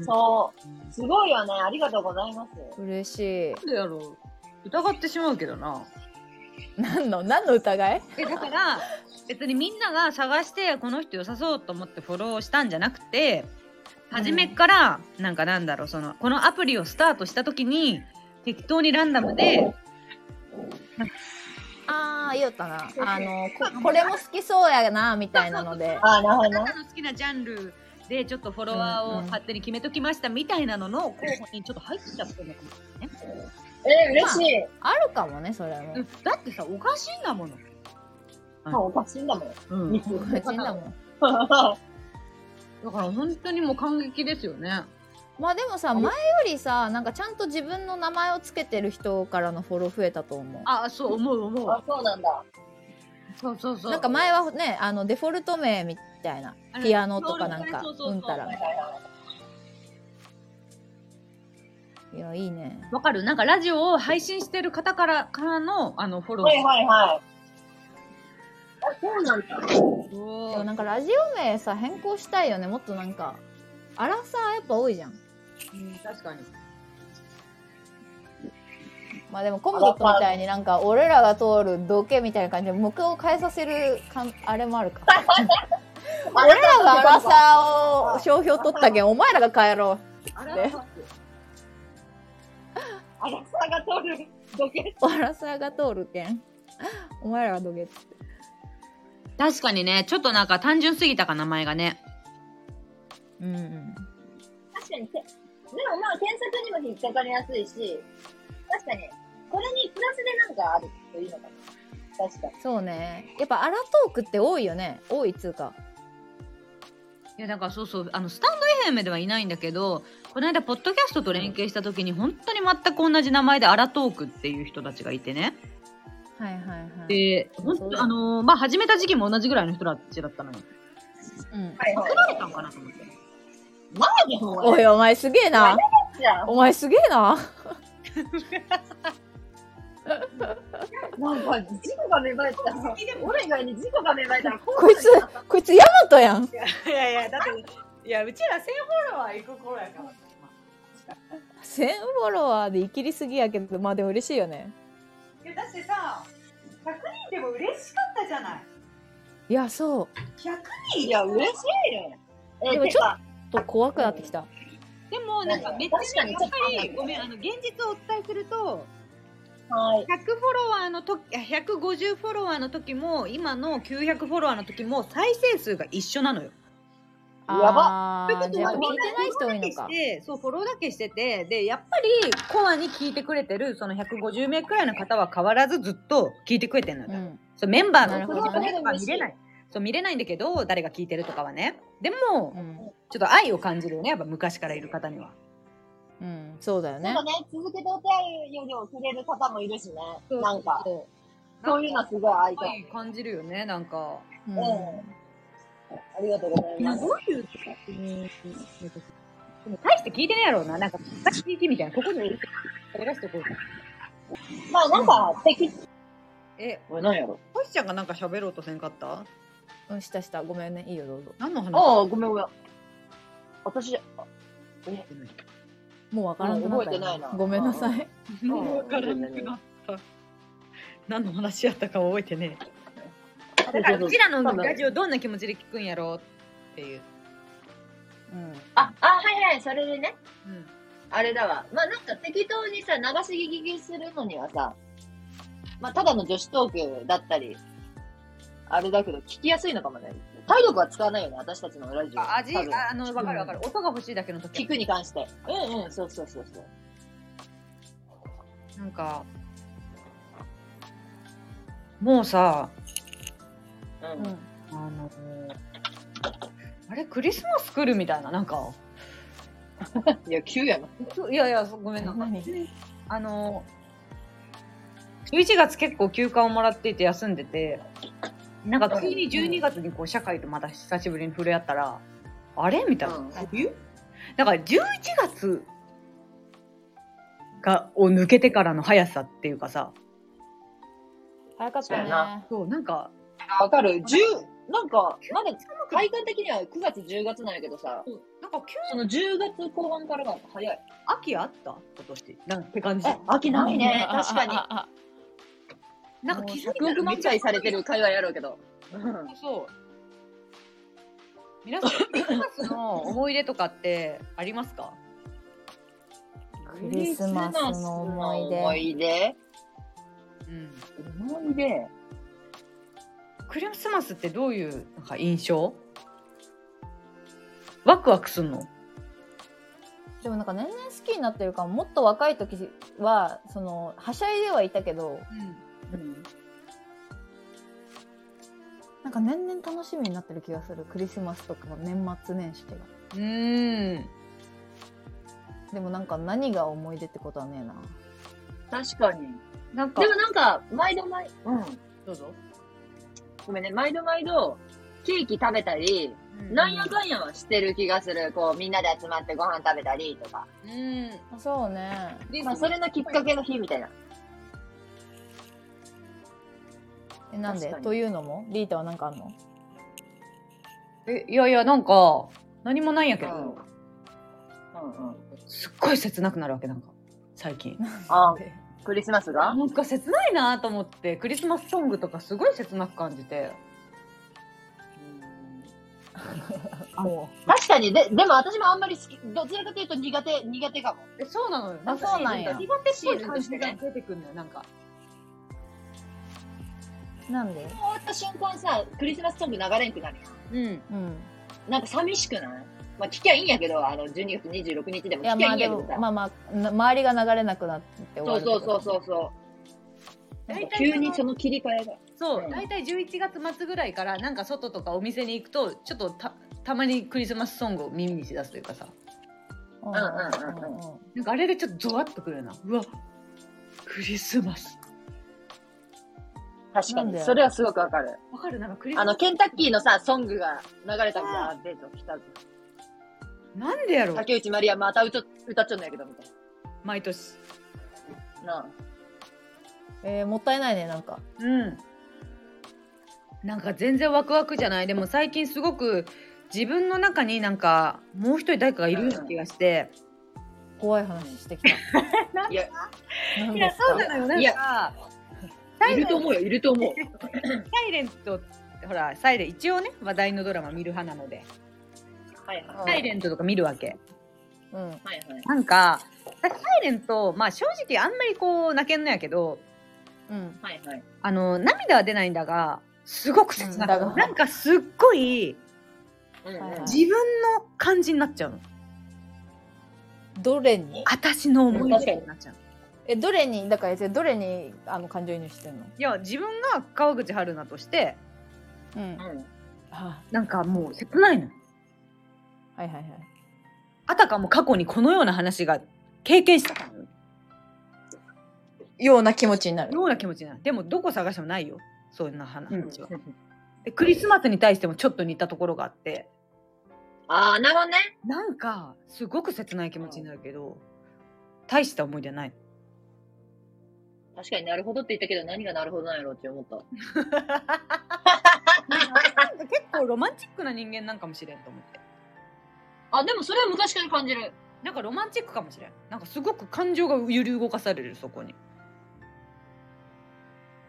S2: う
S3: そう。すごいよね。ありがとうございます。
S1: 嬉し
S2: なんでやろう疑ってしまうけどない
S1: 何の何の疑い
S2: えだから別にみんなが探してこの人良さそうと思ってフォローしたんじゃなくて初めからなんかなんだろうそのこのアプリをスタートした時に適当にランダムで
S1: ああ言うたなあのここれも好きそうやなみたいなので
S3: あ、なるほ
S2: あ
S3: どね
S2: な。たの好きなジャンルでちょっとフォロワーを勝手に決めときましたみたいなのの候補にちょっと入っちゃってるのかもしれないね、
S3: えー、嬉しい。
S1: あるかもねそれも
S2: うんだってさおかしいんだもの、うん
S3: あ、おかしいんだもん。
S2: うん
S3: 三つ
S1: 個人だもん
S2: だから本当にもう感激ですよね
S1: まあでもさ前よりさなんかちゃんと自分の名前をつけてる人からのフォロー増えたと思う
S2: あそう思う思う
S3: あ、そうなんだ。
S2: そうそうそう
S1: なんか前はねあのデフォルト名みたいな
S2: あの
S1: ピアノとかなんか
S2: そうそうそう
S1: うんたら
S2: はい
S1: いやいいね
S2: わかるなんかラジオを配信してる方からからのあのフォロー
S3: はいはいはい。あ、そうなんだ。
S2: そう
S1: でもなんかラジオ名さ変更したいよねもっとなんかアラサーやっぱ多いじゃん
S2: うん確かに
S1: まあでもコムドットみたいになんか俺らが通る道系みたいな感じで向こうを変えさせるかんあれもあ るか俺らがアラサーを商標取ったけんお前らが変えろ
S2: あ
S1: ら
S2: ら
S3: アラサーが通る時計。
S1: アラサーが通るけんお前らがどげっつって
S2: 確かにねちょっとなんか単純すぎたか名前がね
S1: うんうん
S3: 確かにけ、でもまあ検索にも引っかかりやすいし、確かに、これにプラスでなんかあるというのかな。確かに。
S1: そうねやっぱアラトークって多いよね多いっつうか
S2: いやだからそうそうあのスタンド FM ではいないんだけどこの間ポッドキャストと連携した時に本当に全く同じ名前でアラトークっていう人たちがいてね
S1: はいはいはい、
S2: で本
S1: そう
S2: 当あのーまあ始めた時期も同じぐらいの人たちだったのよ
S1: うん、
S3: はいはい
S2: 作。られたんかなと思って
S3: マジほん
S1: お
S3: まに
S1: いお前すげえな
S3: じゃん。
S1: お前すげえな
S3: なんか、事故が芽生えたら、俺以外に事故が芽生えたら、
S1: こいつこいつヤマトやん
S2: いやいやだっていやうちら1000フォロワー行く頃やから
S1: 1000フォロワーで生きりすぎやけどまあでも嬉しいよね
S2: いやだってさ100人でも嬉しかったじゃない
S1: いやそう
S2: 100
S3: いや、嬉しいね。え
S1: でもちょっと怖くなってきた
S2: でもなんかめっ
S3: 確
S2: ち
S3: か
S2: ゃね
S3: に
S2: やっぱりごめんあの現実をお伝えすると
S3: はい。
S2: 100フォロワーの時あ150フォロワーの時も今の900フォロワーの時も再生数が一緒なのよ。
S3: や
S1: ば
S2: ということ
S1: やっ
S2: は
S1: ぱ聞い
S2: みん
S1: てない人多い
S2: な
S1: の
S2: フォローだ
S1: か
S2: けしてそうフォローだけしててでやっぱりコアに聞いてくれてるその150名くらいの方は変わらずずっと聞いてくれてるのよ。
S1: うん
S2: そうメンバー
S1: なる
S2: のフ
S1: ほ
S2: ォ
S1: ど
S2: ロ
S1: ね
S2: ワーのメンバー見れない。そう見れないんだけど誰が聞いてるとかはね。でも
S1: うん、
S2: ちょっと愛を感じるよねやっぱ昔からいる方には。
S1: うん、そうだよね
S3: なんかね、続けてお手合いよりをくれる方もいるしね。なんか、
S2: そう
S3: そういうのすごい愛情。
S2: 愛感じるよねなんか。
S1: うん
S3: ありがとうございます。
S2: どういう、でも大して聞いてないやろうな。なんか、昔聞いてみたいな。ここにいるから、出してこう。
S3: まあ、なんか、敵。
S2: え、
S3: これ何やろ
S2: ほしちゃんがなんか喋ろうとせんかった
S1: うんしたしたごめんねいいよどうぞ
S2: 何の話
S3: ああ、ごめんごめん。私、あ
S1: もうわからんくなったよ
S3: もう覚えてないな
S1: ごめんなさい
S2: わからなくなった。何の話やったか覚えてねえ。だから、うちらのラジオどんな気持ちで聞くんやろうっていう。
S1: うん
S3: あ、あ、はいはい、それでね。
S2: うん。
S3: あれだわ。まあなんか適当にさ、流し聞きするのにはさ、まあただの女子トークだったり、あれだけど聞きやすいのかもね。体力は使わないよね、私たちのラジオ。
S2: あ味、
S3: 多分
S2: ああの、わかるわかる。音が欲しいだけの時
S3: 聞くに関して。うんうん、そうそうそうそう。
S2: なんか、もうさ、
S3: うん
S1: うん、
S2: あのあれクリスマス来るみたいななんか
S3: いや、急やな。
S2: そういやいやそうごめんなさい
S1: 何
S2: あの11月結構休暇をもらっていて休んでてなんか急に12月にこう社会とまた久しぶりに触れ合ったら、あれみたいな、
S3: うん
S2: 冬だから11月がを抜けてからの速さっていうかさ
S1: 早かっ
S3: そう
S1: た
S3: やな
S1: ね。
S2: そうなんか
S3: わかる ?10、なんか、まだ体感的には9月、10月なんやけどさ、
S2: なんか急に
S3: その10月後半からが早い。
S2: 秋あった今年なんて感じ
S3: え秋ないね確かに
S1: あああ
S2: なんか気づい
S3: 100億万回されてる会話やろうけど。うん
S2: そう。皆さん、クリスマスの思い出とかってありますか
S1: あクリスマスの思い
S3: 思
S1: 出。
S3: い出
S2: うん。
S3: 思い出
S2: クリスマスってどういうなんか印象ワクワクすんの
S1: でもなんか年々好きになってるからもっと若い時はそのはしゃいではいたけど
S3: うん
S1: なんか年々楽しみになってる気がするクリスマスとかも年末年始が
S2: うん。うん。
S1: でもなんか何が思い出ってことはねえな
S3: 確かに。
S2: なんか
S3: で、もなんか、毎度毎、うん。
S2: どうぞ。
S3: ごめんね、毎度毎度、ケーキ食べたり、なんやかんやはしてる気がする。こう、みんなで集まってご飯食べたりとか。
S2: うん。
S1: あそうね
S3: まあ、それのきっかけの日みたいな。
S1: えなん
S3: 確
S1: で
S3: かに
S1: というのもリータは何かあんの
S2: え、いやいや、なんか、何もないんやけ
S3: うん。うん
S2: ど、
S3: うん。
S2: すっごい切なくなるわけ、なんか、最近。
S3: あ、クリスマスが
S2: なんか切ないなと思って、クリスマスソングとかすごい切なく感じて。もう。
S3: 確かに、で、でも私もあんまり好き、どちらかというと苦手、苦手かも。
S2: えそうなのよ。
S1: あそうなんや
S2: 苦手っぽい感
S3: 感
S2: じ
S3: じ
S2: が
S3: が
S2: 出てくるのよ、なんか。
S1: なんで
S3: 終わった瞬間さ、クリスマスソング流れんくなるや
S2: うん。
S1: うん
S3: んなんか寂しくないまあ、聞きゃいいんやけど、あの、12月26日でも
S1: いや
S3: 聞き
S1: まあ
S3: ゃいいん
S1: で
S3: やけど
S1: も
S3: さ。
S1: まあまあな周りが流れなくなって終わ
S3: そう
S1: る
S3: そうそう
S1: う
S3: そうそう。
S2: 大体
S3: 急にその切り替えが。
S2: そうう、
S3: ん
S2: 大体11月末ぐらいから、なんか外とかお店に行くと、ちょっとた、たまにクリスマスソングを耳にし出すというかさ。
S1: うん
S3: んうんうん
S1: うん
S2: なんかあれでちょっとゾワッとくるな。うわ、クリスマス。
S3: 確か
S1: なん
S3: に。
S1: で
S3: それはすごくわかる。
S2: わかるなんかクリスマ
S3: あの、
S2: ス。
S3: ケンタッキーのさ、ソングが流れたみたいな、デート来た。
S2: なんでやろう
S3: 竹内まりやまた歌っ歌っちゃうんやけど、みたい
S2: 毎年。
S3: な。な
S1: えーもったいないねなんか
S2: うん。なんか全然ワクワクじゃない。でも最近すごく自分の中になんかもう一人誰かがいるような気がして。
S1: 怖い話してき た
S3: あ。いや、
S1: 何
S2: い
S1: で
S2: や、
S1: す
S2: そう
S1: か
S2: なのよ。なん
S3: い
S2: か、サイレ
S3: いる
S2: ン
S3: と思うよ、いると思う。
S2: サイレント、ほら、サイレン、一応ね、話題のドラマ見る派なので、
S3: はいはい。
S1: うん
S2: サイレントとか見るわけ。
S1: うん
S3: はいはい。
S2: なんか、サイレント、まあ正直あんまりこう泣けんのやけど、
S1: うん
S3: はいはい。
S2: あの、涙は出ないんだが、すごく切な
S1: うんだ
S2: く、
S1: が
S2: なんかすっごい
S3: うんうん
S1: はいはい
S2: 自分の感じになっちゃうの。
S1: どれに
S2: 私の思い出になっちゃう。
S1: えどれにだからえどれにあの感情移入してんの
S2: いや、自分が川口春奈として、
S1: うん
S3: うん
S1: あ
S2: なんかもう切ないの。
S1: はいはいはい
S2: あたかも過去にこのような話が経験したかの
S1: ような気持ちにな
S2: ような気持ちになる。でも、どこ探してもないよ。そんな話
S3: う
S2: は。
S3: ん
S2: でクリスマスに対してもちょっと似たところがあって
S3: ああ、なるほどね。
S2: なんかすごく切ない気持ちになるけど大した思い出ない
S3: 確かになるほどって言ったけど、何がなるほどなんやろうって思った。
S2: 結構ロマンチックな人間なんかもしれんと思って
S3: あ、でもそれは昔から感じる。
S2: なんかロマンチックかもしれんなんかすごく感情が揺り動かされるそこに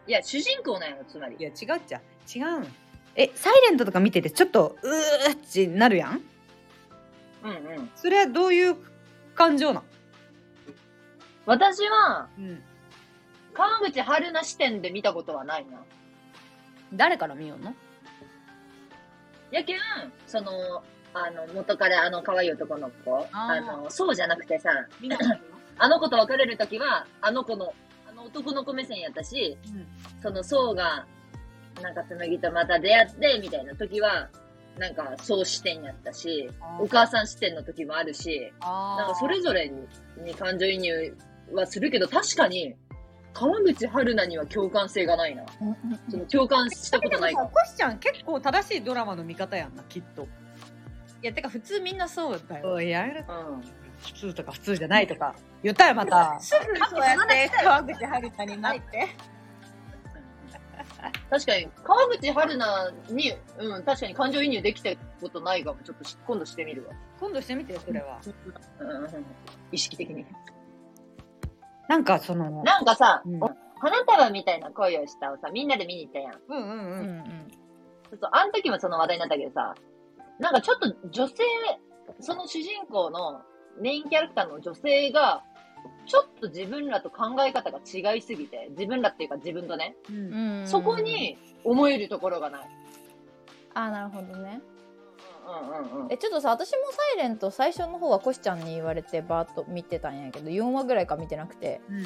S3: いや、主人公なんやろ、つまり
S2: い。や違うっちゃ違うんえサイレントとか見ててちょっとうーってなるやん
S3: うんうん。
S2: それはどういう感情なん、
S3: 私は、
S2: うん、
S3: 川口春奈視点で見たことはないな。
S2: 誰から見ようの
S3: やけん、その、あの、元からあの可愛い男の子、
S2: あー
S3: あの、そうじゃなくてさ、
S2: みんなから見よう
S3: あの子と別れるときは、あの子の、あの男の子目線やったし、
S2: うん
S3: その層が、なんか紬とまた出会って、みたいな時は、なんか、そう視点やったし、
S2: あー
S3: お母さん視点の時もあるし、
S2: あー
S3: なんかそれぞれにに感情移入はするけど、確かに、川口春奈には共感性がないな。その共感したことない
S2: でも
S3: か
S2: さコシちゃん結構正しいドラマの見方やんなきっと
S1: いやてか普通みんなそうだよ
S2: おいやめろ
S3: も。うん。
S2: 普通とか普通じゃないとか言ったよまた
S1: すぐそうやって川口春奈になって
S3: 確かに、川口春奈に、うん、確かに感情移入できたことないかも、ちょっとし今度してみるわ。
S2: 今度してみてよそれは
S3: うんうん、意識的に。
S2: なんかその
S3: なんかさ、
S2: うん
S3: 花束みたいな恋をしたをさ、みんなで見に行ったやん。ち
S2: うんう
S1: う
S2: んうん
S1: うんん
S3: ょっと、あの時もその話題になったけどさ、なんかちょっと女性、その主人公のメインキャラクターの女性が、ちょっと自分らと考え方が違いすぎて、自分らっていうか自分とね、
S2: うん
S1: うん
S3: そこに思えるところがない。
S1: あーなるほどね
S3: うんうんうんうん。
S1: えちょっとさ私も「サイレント最初の方はコシちゃんに言われてバーッと見てたんやけど4話ぐらいか見てなくて
S2: うん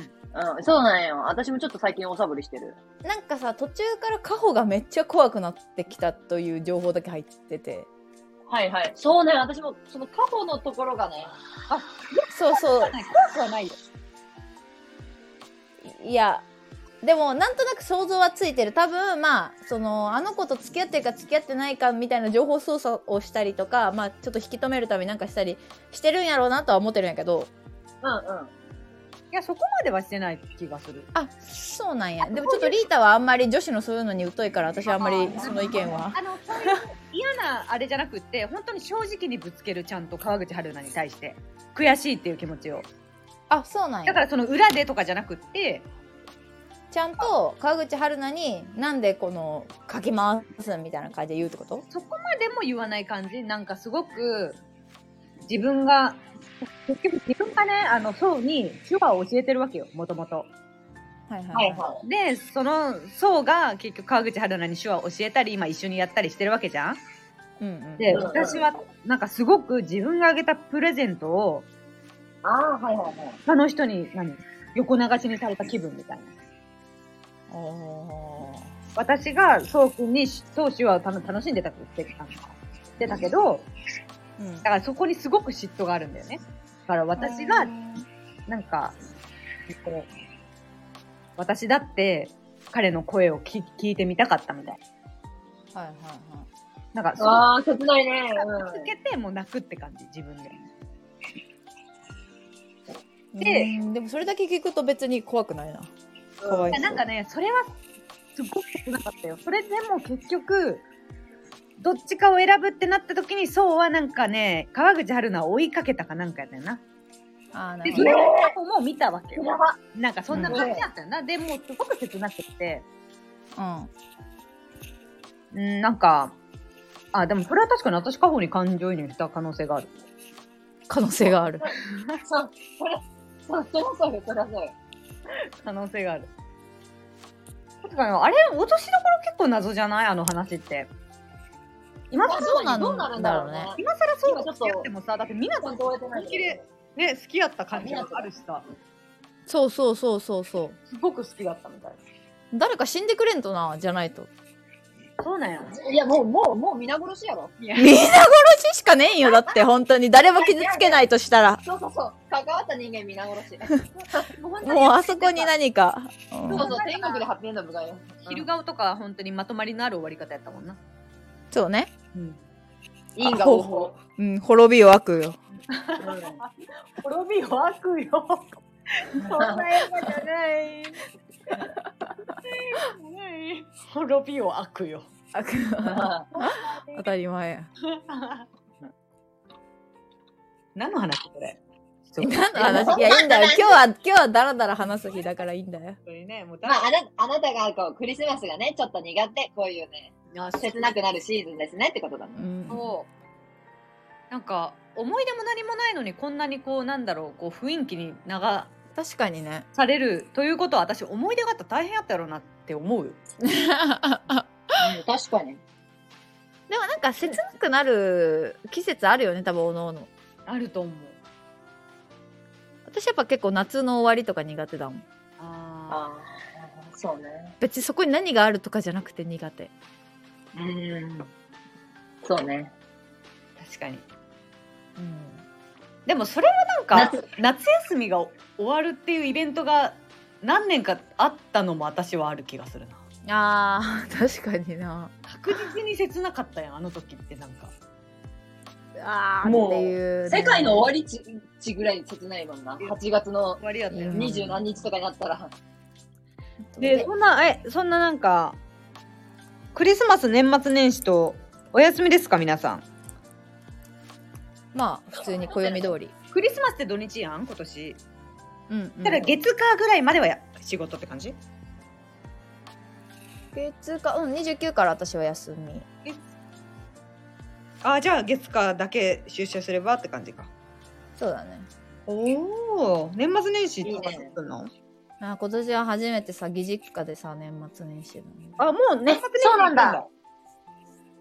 S3: うん、そうなんよ。私もちょっと最近おさぶりしてる。
S1: なんかさ途中からカホがめっちゃ怖くなってきたという情報だけ入ってて
S3: はいはい。そうね、私も、その過去のところがね、
S1: そうそう
S2: 怖くはないよ
S1: いやでもなんとなく想像はついてる多分まあそのあの子と付き合ってるか付き合ってないかみたいな情報操作をしたりとかまあちょっと引き止めるためになんかしたりしてるんやろうなとは思ってるんやけど
S3: うんうん。
S2: いやそこまではしてない気がする
S1: あそうなんやでもちょっとリータはあんまり女子のそういうのに疎いから私はあんまりその意見は
S2: あのそういう嫌なあれじゃなくって本当に正直にぶつけるちゃんと川口春奈に対して悔しいっていう気持ちを
S1: あそうなん
S2: だ
S1: や
S2: からその裏でとかじゃなくって
S1: ちゃんと川口春奈になんでこのかき回すみたいな感じで言うってこと
S2: そこまでも言わない感じなんかすごく自分が結局自分がねあの層に手話を教えてるわけよもともと
S1: はいは、
S3: はいいはい。
S2: でその層が結局川口春奈に手話を教えたり今一緒にやったりしてるわけじゃん
S1: うんうん、
S2: で
S3: うん
S2: 私はなんかすごく自分があげたプレゼントを
S3: ああ、はいはいはい。
S2: 他の人に何横流しにされた気分みたいな
S1: おー
S2: 私がそうくんにそう手話をたの楽しんでたって言ってたのしてたけど
S1: うん
S2: だからそこにすごく嫉妬があるんだよねだから私がなんか、こう、私だって彼の声を聞聞いてみたかったみたい
S1: はいはいはい
S2: な。なんか、そう
S3: ああ、切ないね。
S2: 続けてもう泣くって感じ、自分で。
S1: で
S2: で
S1: でもそれだけ聞くと別に怖くないな。
S3: うん
S1: かわい
S2: いや
S1: そ
S2: なんかね、それはすごく少なかったよ。それでも結局、どっちかを選ぶってなった時に、そうはなんかね、川口春奈を追いかけたかなんかやったよな。
S1: ああ、な
S2: で、
S1: る
S2: そ
S1: ほ
S2: れ
S1: ど。
S2: を過去も見たわけよ。なんかそんな感じだったよな。でも、すごく切なくって。
S1: うん。
S2: うん、なんか、あ、でもそれは確かに私過去に感情移入した可能性がある。
S1: 可能性がある。
S3: そう、それ、そう、そりゃそうよ、そりゃそうよ。
S2: 可能性がある。確かに、あれ、落としどころ結構謎じゃないあの話って。今更、
S1: そうなの
S3: どうなるんだろうね。
S2: 今更そう
S3: 今ちょ
S2: だ
S3: っ
S2: っ
S3: と
S2: てってもさ、だってみなと
S3: 今どうやってない
S2: 本気でね、好きやった感じがあるしさ、
S1: そうそうそうそうそ
S2: すごく好きだったみたい
S1: う。
S2: な。
S1: 誰か死んでくれんとな、じゃないと。
S2: そうなんや。
S3: いや、もう、もう、もう皆殺しやろ。
S2: いや
S1: みんな殺ししかねえんよ、だって、本当に。誰も傷つけないとしたら。
S3: そうそうそう。関わった人間皆殺 し。
S1: もうあそこに何か。う
S3: そ
S1: ん
S3: うそう、天国でハッピーエンド迎えよう。
S2: 昼顔とか本当にまとまりのある終わり方やったもんな。
S1: そうね。
S2: うん。
S3: 因果応報。
S1: うん、滅びを悪よ。
S2: 滅びを悪よ。 そんな映画じゃない。滅びを悪よ。
S1: 悪 当たり前や。
S2: 何の話これ。
S1: 何の話いや、いいんだよ。今日は、今日はダラダラ話す日だからいいんだよ。
S2: 本当にね、もう
S3: まあ、あなあなたがこうクリスマスがね、ちょっと苦手、こういうね、
S2: あ
S3: 切なくなるシーズンですねってことだね。
S1: うん。
S2: なんか思い出も何もないのにこんなにこうなんだろうこう雰囲気に流
S1: 確かにね。
S2: されるということは私思い出があったら大変やったやろうなって思うよ。
S3: うん確かに。
S1: でもなんか切なくなる季節あるよね多分おのおの
S2: あると思う。
S1: 私やっぱ結構夏の終わりとか苦手だもん
S2: あ
S3: ああ、そうね。
S4: 別にそこに何があるとかじゃなくて苦手
S3: うん。そうね。
S2: 確かに
S1: うん
S2: でもそれはなんか
S3: 夏
S2: 夏休みが終わるっていうイベントが何年かあったのも私はある気がするな
S4: あー 確かにな
S2: 確実に切なかったやんあの時ってなんか
S1: あ
S3: も
S1: ーっ
S3: う
S1: ていうね、
S3: 世界の終わりちちぐらい切ないもんな。8月の
S2: 終わりやったよ
S1: うん
S3: 二十何日とかになったら。
S2: でそんなえそんななんかクリスマス年末年始とお休みですか皆さん
S1: まあ普通に暦通り
S2: クリスマスって土日やん今年
S1: うんうん、
S2: ただ月火ぐらいまではや仕事って感じ
S1: 月かうん29から私は休み
S2: あじゃあ月火だけ出社すればって感じか
S1: そうだね
S2: おお年末年始
S3: とか
S2: す
S3: す
S2: るの
S1: あ今年は初めてさ義実家でさ年末年始なの
S2: あもう年末年始
S3: そうなんだ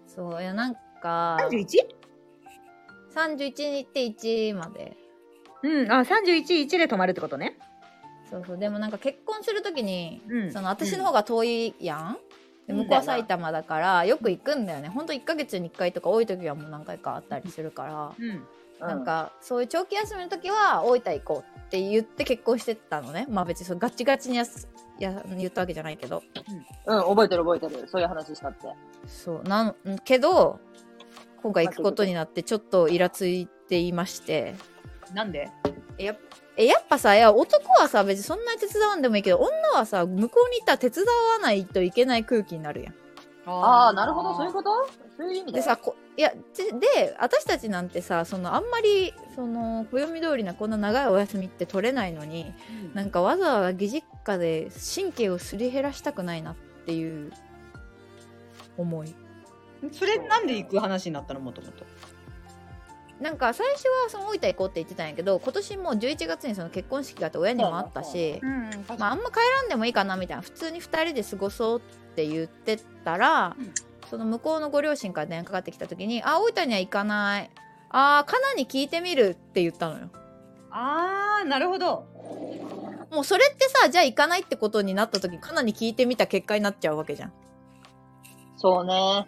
S1: そういやなんか
S2: 31?
S1: 31日って1まで
S2: うんあ三311で泊まるってことね
S1: そうそうでもなんか結婚するときに、
S2: うん
S1: その私の方が遠いやん、で向こうは埼玉だからよく行くんだよねほんと1ヶ月に1回とか多い時はもう何回かあったりするから、
S2: うん
S1: なんかそういう長期休みの時は大分行こうって言って結婚してたのねまあ別にそうガチガチにやすや言ったわけじゃないけど
S3: うん、うん、覚えてる覚えてる。そういう話したって。
S1: そうなんけど今回行くことになってちょっとイラついていまして
S2: なんで
S1: やっえやっぱさいや男はさ別にそんなに手伝わんでもいいけど女はさ向こうに行ったら手伝わないといけない空気になるやん。
S3: ああ、なるほど、そういうことそういう意味だ
S1: で
S3: よ
S1: さこいやちで私たちなんてさそのあんまりその暦通りなこんな長いお休みって取れないのになんかわざわざ義実家で神経をすり減らしたくないなっていう思い。
S2: それなんで行く話になったのもともと
S1: なんか最初はその大分行こうって言ってたんやけど今年もう11月にその結婚式があって親にもあったし、
S2: ん
S1: まあ、あんま帰らんでもいいかなみたいな普通に2人で過ごそうって言ってたら、
S2: うん
S1: その向こうのご両親から電話かかってきた時に「あ大分には行かない」「あーかなに聞いてみる」って言ったのよ。
S2: あーなるほど
S1: もうそれってさじゃあ行かないってことになった時にかなに聞いてみた結果になっちゃうわけじゃん。
S3: そうね。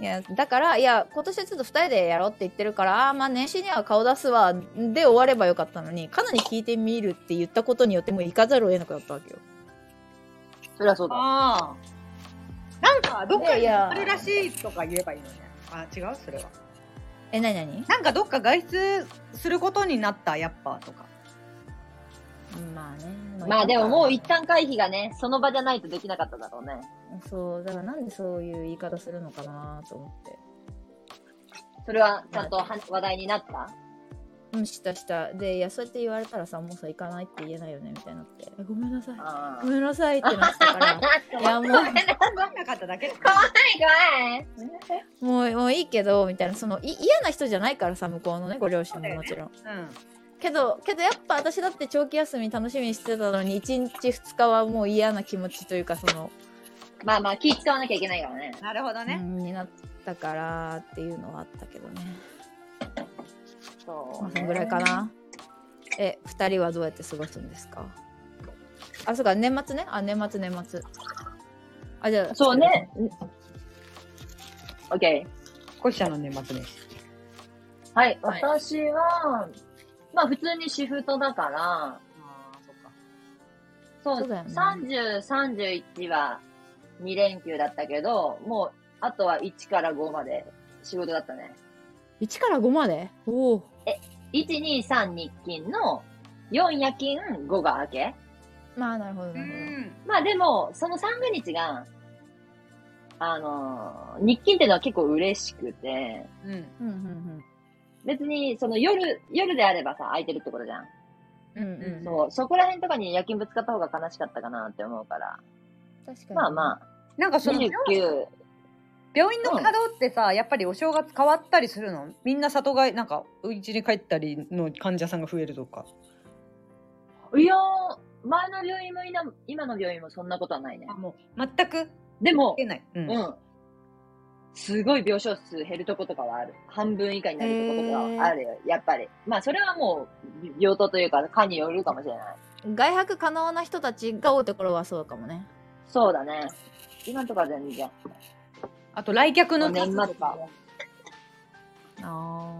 S1: いやだからいや今年はちょっと2人でやろうって言ってるからあーまあ年始には顔出すわで終わればよかったのにかなに聞いてみるって言ったことによってもう行かざるを得なくなったわけよ。
S3: そりゃそうだ。
S2: ああなんかどっか
S1: いやいや
S2: あれらしいとか言えばいいのねあ違うそれは
S1: えなになに
S2: なんかどっか外出することになったやっぱとか
S1: まあね
S3: まあでももう一旦回避がね、その場じゃないとできなかっただろうね。
S1: そうだからなんでそういう言い方するのかなと思って
S3: それはちゃんとは話題になった
S1: うんしたしたでいやそうやって言われたらさもうさ行かないって言えないよねみたいになってえごめんなさい
S3: ああ。
S1: ごめんなさいってなってたから いやもう
S2: なかっただけ
S3: かわいいかい
S1: もうもういいけどみたいなそのい嫌な人じゃないからさ向こうのねご両親ももちろん
S2: うん
S1: けどけどやっぱ私だって長期休み楽しみにしてたのに1日2日はもう嫌な気持ちというかその、
S3: まあまあ気使わなきゃいけないからね。
S2: なるほど
S1: う
S2: ね、
S1: んになったからっていうのはあったけどね
S3: そ
S1: ま
S3: う
S1: あ、。そのぐらいか。な。え、二人はどうやって過ごすんですか。あ、そうか、年末ね、あ、年末、年末。あ、じゃあ。
S3: そうね。オッケー。
S2: 少し者の年末年始
S3: はい、
S1: はい
S3: 私は、まあ普通にシフトだから、
S2: ああそっか
S3: そう、
S1: そうだよね
S3: 30、31は2連休だったけど、もう、あとは1から5まで仕事だったね。
S1: 一から五まで。おお。
S3: 1、2、3日勤の4夜勤、5が明け。
S1: まあ、なるほど、
S2: う
S1: なる
S2: ん
S3: まあでも、その3が日が、あのー日勤ってのは結構嬉しくて、
S2: う
S1: ほ
S2: ん
S1: ど。うん、うん、
S3: 別にその夜、夜であればさ、空いてるってことじゃん。
S1: うん。うん、うん。
S3: そう、そこら辺とかに夜勤ぶつかった方が悲しかったかなって思うから。
S1: 確かに。
S3: まあまあ、
S2: なんかその
S3: 29、
S2: 病院の稼働ってさやっぱりお正月変わったりするのみんな里帰りなんかうちに帰ったりの患者さんが増えるとか
S3: いやー、前の病院もいな今の病院もそんなことはないね。
S2: もう全く
S3: でも
S2: 出、ない、うん
S3: うん。すごい病床数減るとことかはある。半分以下になるとことかはあるよ、やっぱり。まあ、それはもう、病棟というか、科によるかもしれない。
S4: 外泊可能な人たちが多いところはそうかもね
S3: そうだね。今とか全然。
S2: あと来客の数
S3: 年
S2: と
S3: 末か
S2: か。
S4: あ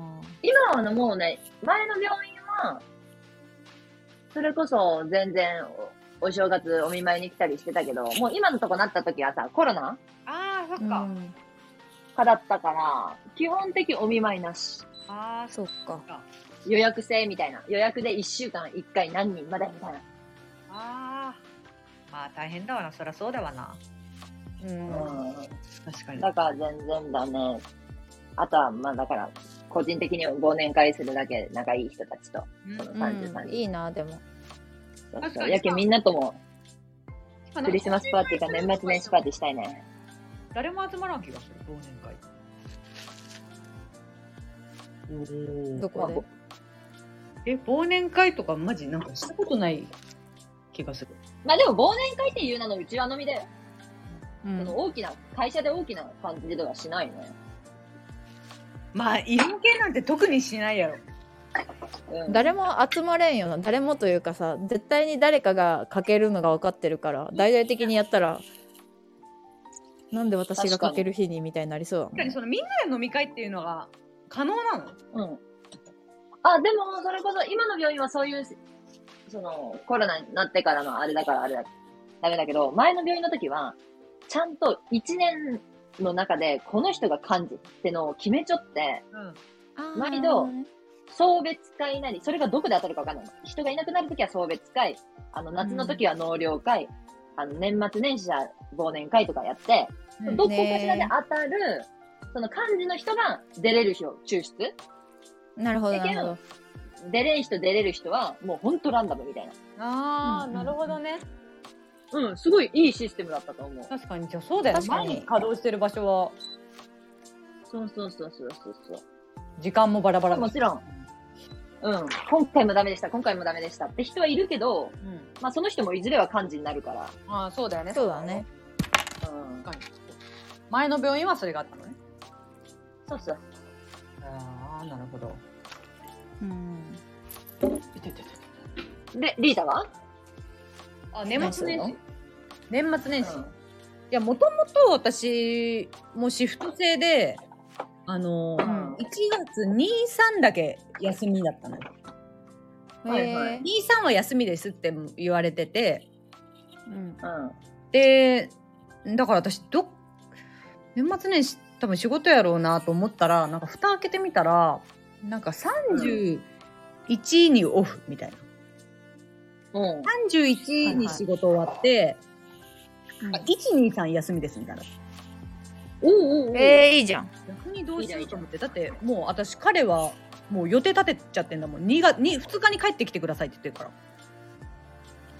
S3: 今はあのもうね、前の病院は、それこそ全然おお正月お見舞いに来たりしてたけど、もう今のとこなった時はさ、コロナ
S2: ああ、そっ
S4: あ
S2: か。
S4: うん
S3: かだったから、基本的お見舞いなし。
S2: ああ、そ
S4: そっか
S2: っか。
S3: 予約制みたいな。予約で1週間1回何人までみたいな。
S2: ああ。まあ大変だわな。そりゃそうだわな。
S1: うん
S2: 確か
S3: うん。
S2: に。
S3: だから全然だね。あとは、まあだから、個人的に忘年会するだけ仲いい人たちと、この33人。
S1: うん、いいなでも
S3: そう
S2: 確
S3: そ
S2: か
S3: う。
S2: に
S3: やけんみんなともク
S2: ク
S3: リスマスパーティーか年末年始パーティーしたいね。
S2: 誰も集まらん気がする、忘年会。
S1: どこで
S2: え、忘年会とかマジなんかしたことない気がする。
S3: まあでも忘年会っていうなのうちは飲みだよ。
S1: う
S3: そ
S1: ん
S3: の大きな、会社で大きな感じではしないね。
S2: まあ、色系なんて特にしないやろ。
S3: うん。
S1: 誰も集まれんよな誰もというかさ絶対に誰かが書けるのが分かってるから大々的にやったらなんで私が書ける日にみたいになりそうだもん
S2: 確かにそのみんなで飲み会っていうのが可能なの
S3: うん。あ、でも、それこそ今の病院はそういう、その、コロナになってからのあれだからあれだ、ダメだけど、前の病院の時は、ちゃんと1年の中でこの人が幹事ってのを決めちょって、
S2: うん。
S3: 毎度送別会なり、それがどこで当たるかわかんないの。人がいなくなるときは送別会、あの、夏の時は納涼会、あの、年末年始は忘年会とかやって、
S1: うん
S3: どこかしらで
S1: ね
S3: 当たる、その幹事の人が出れる日を抽出
S1: なるほどなるほど
S3: 出れる人出れる人は、もうほんとランダムみたいな。
S2: ああ、
S1: うん
S2: なるほどね。
S3: うん、すごいいいシステムだったと思う。
S2: 確かに、じゃあそうだよね。
S1: 確かに
S2: 前に稼働してる場所は、
S3: そうそうそうそうそうそ
S2: 時間もバラバラ
S3: う。
S2: だ
S3: も
S2: し
S3: ちろん、うん、今回もダメでした、今回もダメでしたって人はいるけど、
S2: うん。
S3: まあその人もいずれは幹事になるから。
S2: ああ、そうだよね。
S1: そうだね。
S3: うん、
S2: 確かに。前の病院はそれがあったのね。
S3: そうそう。
S2: ああ、なるほど。
S1: うん
S2: いててて。
S3: で、リータは
S2: あ、年末年
S3: 何
S2: 始。年末年始。
S3: うん
S2: いや、もともと私、もうシフト制で、あのー、
S3: うん
S2: 1月2、3だけ休みだったのよ。
S3: はいはい
S1: へえ
S2: 2、3は休みですって言われてて、
S1: うん
S3: うん。
S2: で、だから私、どっ、年末年始多分仕事やろうなと思ったら、なんか蓋開けてみたら、なんか31にオフみたいな。
S3: うん。
S2: 31に仕事終わって、
S1: うん
S2: あ123休みですみたいな。
S3: おうおうおう
S4: えー、いいじゃん
S2: 逆にどうしようと思ってだってもう私彼はもう予定立てちゃってんだもん 2, が 2, 2日に帰ってきてくださいって言ってるか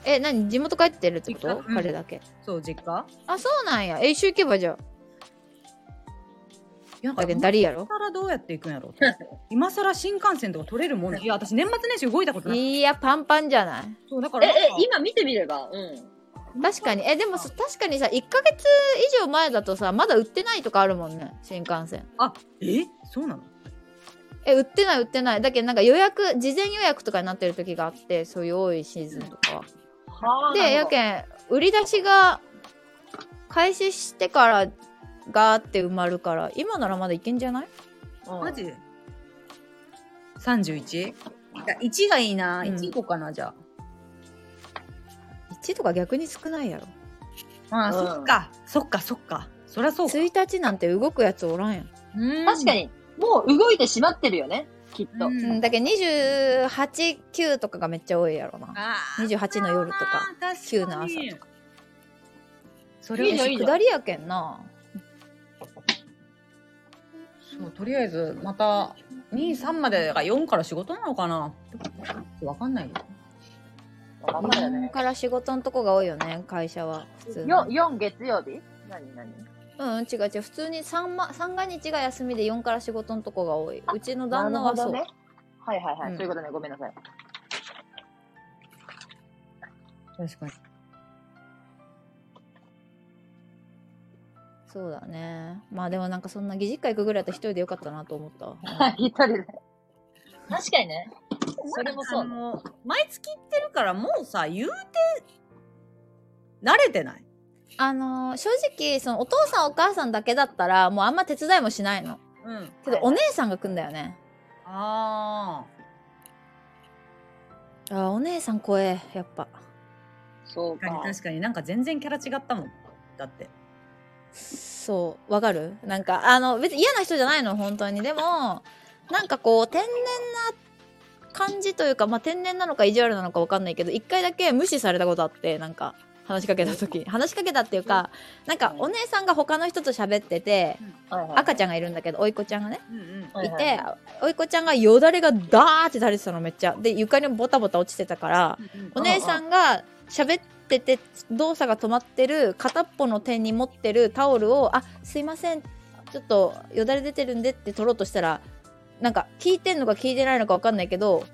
S2: ら
S1: え何地元帰ってるってこ
S2: 実
S1: と
S2: 家うん
S1: 彼だけ
S2: そう実家
S1: あそうなんやえ一周行けばじゃあ
S2: いやなん
S1: だけど
S2: か
S1: ダ
S2: 今
S1: リやろ
S2: 更どうやって行くんやろって今更新幹線とか取れるもんいや私年末年始動いたことない
S1: いやパンパンじゃない
S2: そうだか
S3: え、
S2: ら
S3: え、今見てみれば、うん。
S1: 確かにえでもそ確かにさ1ヶ月以上前だとさまだ売ってないとかあるもんね新幹線
S2: あえそうなの
S1: え売ってない売ってないだけどなんか予約事前予約とかになってる時があってそういう多いシーズンとかは、
S3: は
S1: でやけん売り出しが開始してからガーって埋まるから今ならまだいけんじゃない
S2: マジ ?31? 1がいいな
S1: うん
S2: 1行こうかな、じゃ
S1: ?1 とか逆に少ないやろ
S2: あまあ、
S3: うん
S2: そっかそっかそっかそりゃそうか
S1: 1日なんて動くやつおらんやん、
S2: 確
S3: 確かに、もう動いてしまってるよね、きっと。
S2: うん
S1: うん、だけど289とかがめっちゃ多いやろな
S2: あー
S1: 28の夜とか
S2: あー確かに
S1: 9の朝と
S2: そ
S3: いいじゃんいいじゃん
S1: 下りやけんな
S2: そうとりあえずまた23までが4から仕事なのかなわかんないよ
S3: わかんないよね。
S1: から仕事のとこが多いよね会社は普通に
S3: よ4月曜日何何
S1: うん違う違う普通に三ま三が日が休みで4から仕事のとこが多いうちの旦那はそう、
S3: なるほどねはいはいはい、
S2: うん
S3: そういうことね。ごめんなさ い。
S2: 確かに
S1: そうだねまあでもなんかそんな義実家行くぐらいだったら一人でよかったなと思ったわ、
S3: 一人で。確かにね。それもそう
S2: あ
S3: ね。
S2: の
S5: 毎月行ってるからもうさ言うて慣れてない
S1: あのー正直そのお父さんお母さんだけだったらもうあんま手伝いもしないの
S2: うん
S1: けどお姉さんが来んだよね
S2: あ
S1: あーお姉さん怖えやっぱ
S3: そう
S2: あ確
S3: か
S2: か。に確かになんか全然キャラ違ったもんだって
S1: そうわかるなんかあの別に嫌な人じゃないの本当にでもなんかこう天然な感じというか、まあ、天然なのか意地悪なのかわかんないけど一回だけ無視されたことあってなんか話しかけた時話しかけたっていうかなんかお姉さんが他の人と喋ってて
S3: はいはい
S1: 赤ちゃんがいるんだけど甥っ子ちゃんがね
S2: うんうん
S3: はい
S1: い
S3: はい
S1: て甥っ子ちゃんがよだれがダーって垂れてたのめっちゃで床にボタボタ落ちてたからお姉さんが喋ってて動作が止まってる片っぽの手に持ってるタオルを「あすいませんちょっとよだれ出てるんで」って取ろうとしたらなんか聞いてんのか聞いてないのか分かんないけど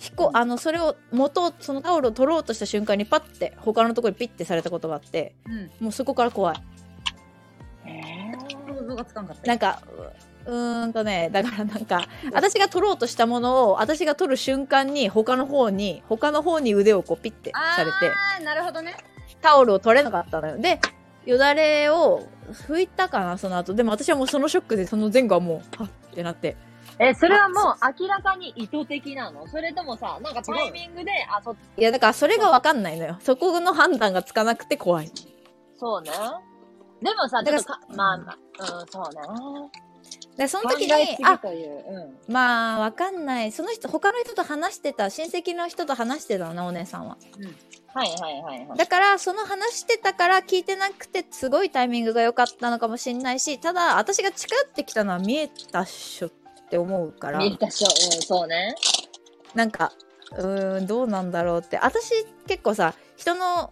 S1: ひこあのそれを元をそのタオルを取ろうとした瞬間にパッて他のところにピッてされたことがあって
S2: うん
S1: もうそこから怖い
S3: え
S2: 想像がつかんかった
S1: なんかううーんとねだからなんか私が取ろうとしたものを私が取る瞬間に他の方に他の方に腕をこうピッてされて
S2: あーなるほどね
S1: タオルを取れなかったのよでよだれを拭いたかなその後でも私はもうそのショックでその前後はもうはっってなって
S3: ーえ、それはもう明らかに意図的なのそれともさ、なんかタイミングで、あ、そ、
S1: いやだからそれが分かんないのよそこの判断がつかなくて怖い
S3: そうね。でもさ、ち
S1: だから
S3: ょっとか、まあまあ、うん、そうね。
S1: でその
S3: 考
S1: 時
S3: えす
S1: に
S3: ぎ
S1: あ
S3: という。うん。
S1: まあ分かんないその人他の人と話してた親戚の人と話してたのねお姉さんは
S3: はいはいはいはい。
S1: だからその話してたから聞いてなくてすごいタイミングが良かったのかもしんないしただ私が近寄ってきたのは見えたっしょって思うから
S3: 見たしょ、うん、そうね。
S1: なんかうーんどうなんだろうって私結構さ人の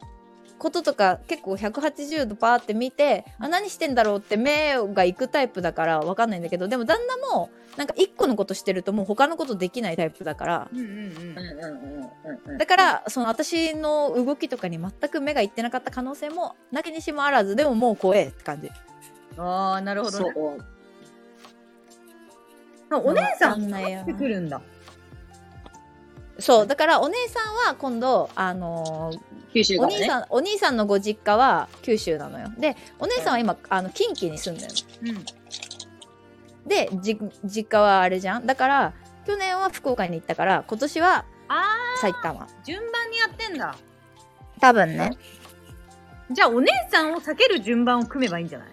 S1: こととか結構180度パーって見てあ何してんだろうって目が行くタイプだからわかんないんだけどでも旦那もなんか一個のことしてるともう他のことできないタイプだから
S2: うんうん
S3: うんうんうんうんうん。
S1: だからその私の動きとかに全く目が行ってなかった可能性もなきにしもあらずでももう怖えって感じ
S2: うんああなるほど
S3: そ
S2: ね
S3: う。
S2: お姉さ
S1: わか
S2: ん
S1: んない
S2: 入
S1: よ
S2: ってくるんだ
S1: そうだからお姉さんは今度あのー
S3: 九州
S1: お
S3: から
S1: 兄
S3: ね。
S1: さんお兄さんのご実家は九州なのよでお姉さんは今あの近畿に住んでる
S2: うん
S1: のでじ実家はあれじゃんだから去年は福岡に行ったから今年は
S2: あ
S1: 埼玉
S2: ー順番にやってんだ
S1: 多分ね
S2: じゃあお姉さんを避ける順番を組めばいいんじゃない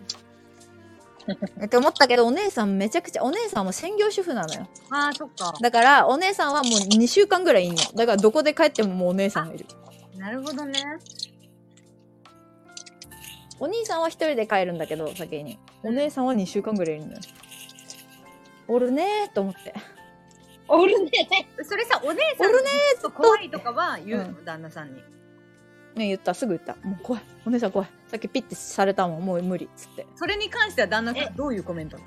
S1: って思ったけどお姉さんめちゃくちゃお姉さんも専業主婦なのよ
S2: あーそっか
S1: だからお姉さんはもう2週間ぐらいいんのだからどこで帰ってももうお姉さんがいる
S2: なるほどね
S1: お兄さんは1人で帰るんだけど先にお姉さんは2週間ぐらいいるのよおるねーと思って
S3: おるね。
S2: それさお姉
S1: お
S2: さん
S1: るね
S2: ちょっと怖いとかは言うの、旦那さんに
S1: ーね言ったすぐ言ったもう怖いお姉さん怖いさっきピッてされたもんもう無理っつって
S2: それに関しては旦那さんどういうコメント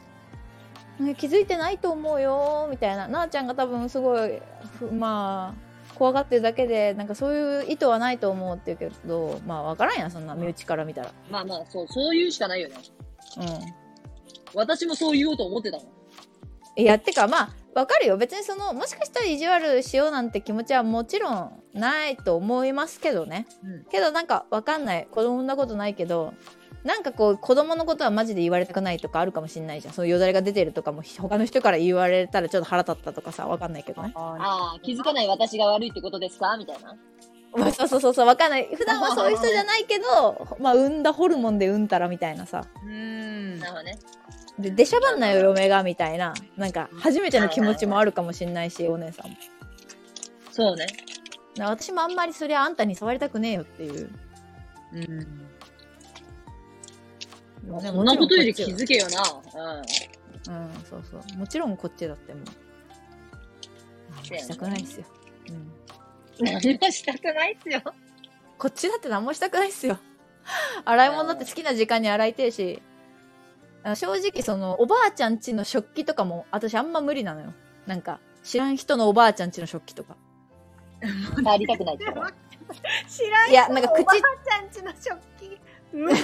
S1: ね気づいてないと思うよみたいななあちゃんが多分すごいふまあ怖がってるだけでなんかそういう意図はないと思うって言うけどまあ分からんやんそんな身内から見たら
S3: まあまあ、そう、そういうしかないよね。
S1: う
S3: 私もそう言おうと思ってたもん。
S1: んいやってかまあ分かるよ別にそのもしかしたら意地悪しようなんて気持ちはもちろんないと思いますけどね、
S2: うん
S1: けどなんか分かんない子供産んだことないけどなんかこう子供のことはマジで言われたくないとかあるかもしんないじゃんそういうよだれが出てるとかも他の人から言われたらちょっと腹立ったとかさ分かんないけどね
S2: あ
S3: ああ、気づかない私が悪いってことですかみたいな。
S1: まあそうそうそうそうわかんない普段 はそういう人じゃないけどまあ産んだホルモンで産んだらみたいなさ
S2: うーん
S3: なるほどね。
S1: で出しゃばんないよ嫁がみたいななんか初めての気持ちもあるかもしんないしお姉さんも
S3: そうね。
S1: な私もあんまりそりゃあんたに触りたくねえよっていう
S2: うん
S1: ね
S3: そんなことより
S1: もちろ
S3: 気
S1: んこ
S3: づけよな。うん。
S1: っちはうんそうそうもちろんこっちだってもう何もしたくないっすよ、うん、
S3: 何もしたくないっすよ。
S1: こっちだって何もしたくないっすよ 洗い物だって好きな時間に洗いてえしあ正直そのおばあちゃんちの食器とかも私あんま無理なのよなんか知らん人のおばあちゃんちの食器とか
S3: 帰りたくないってこと。
S2: 知らん
S1: いやなんか口
S2: ちゃんちの食器無理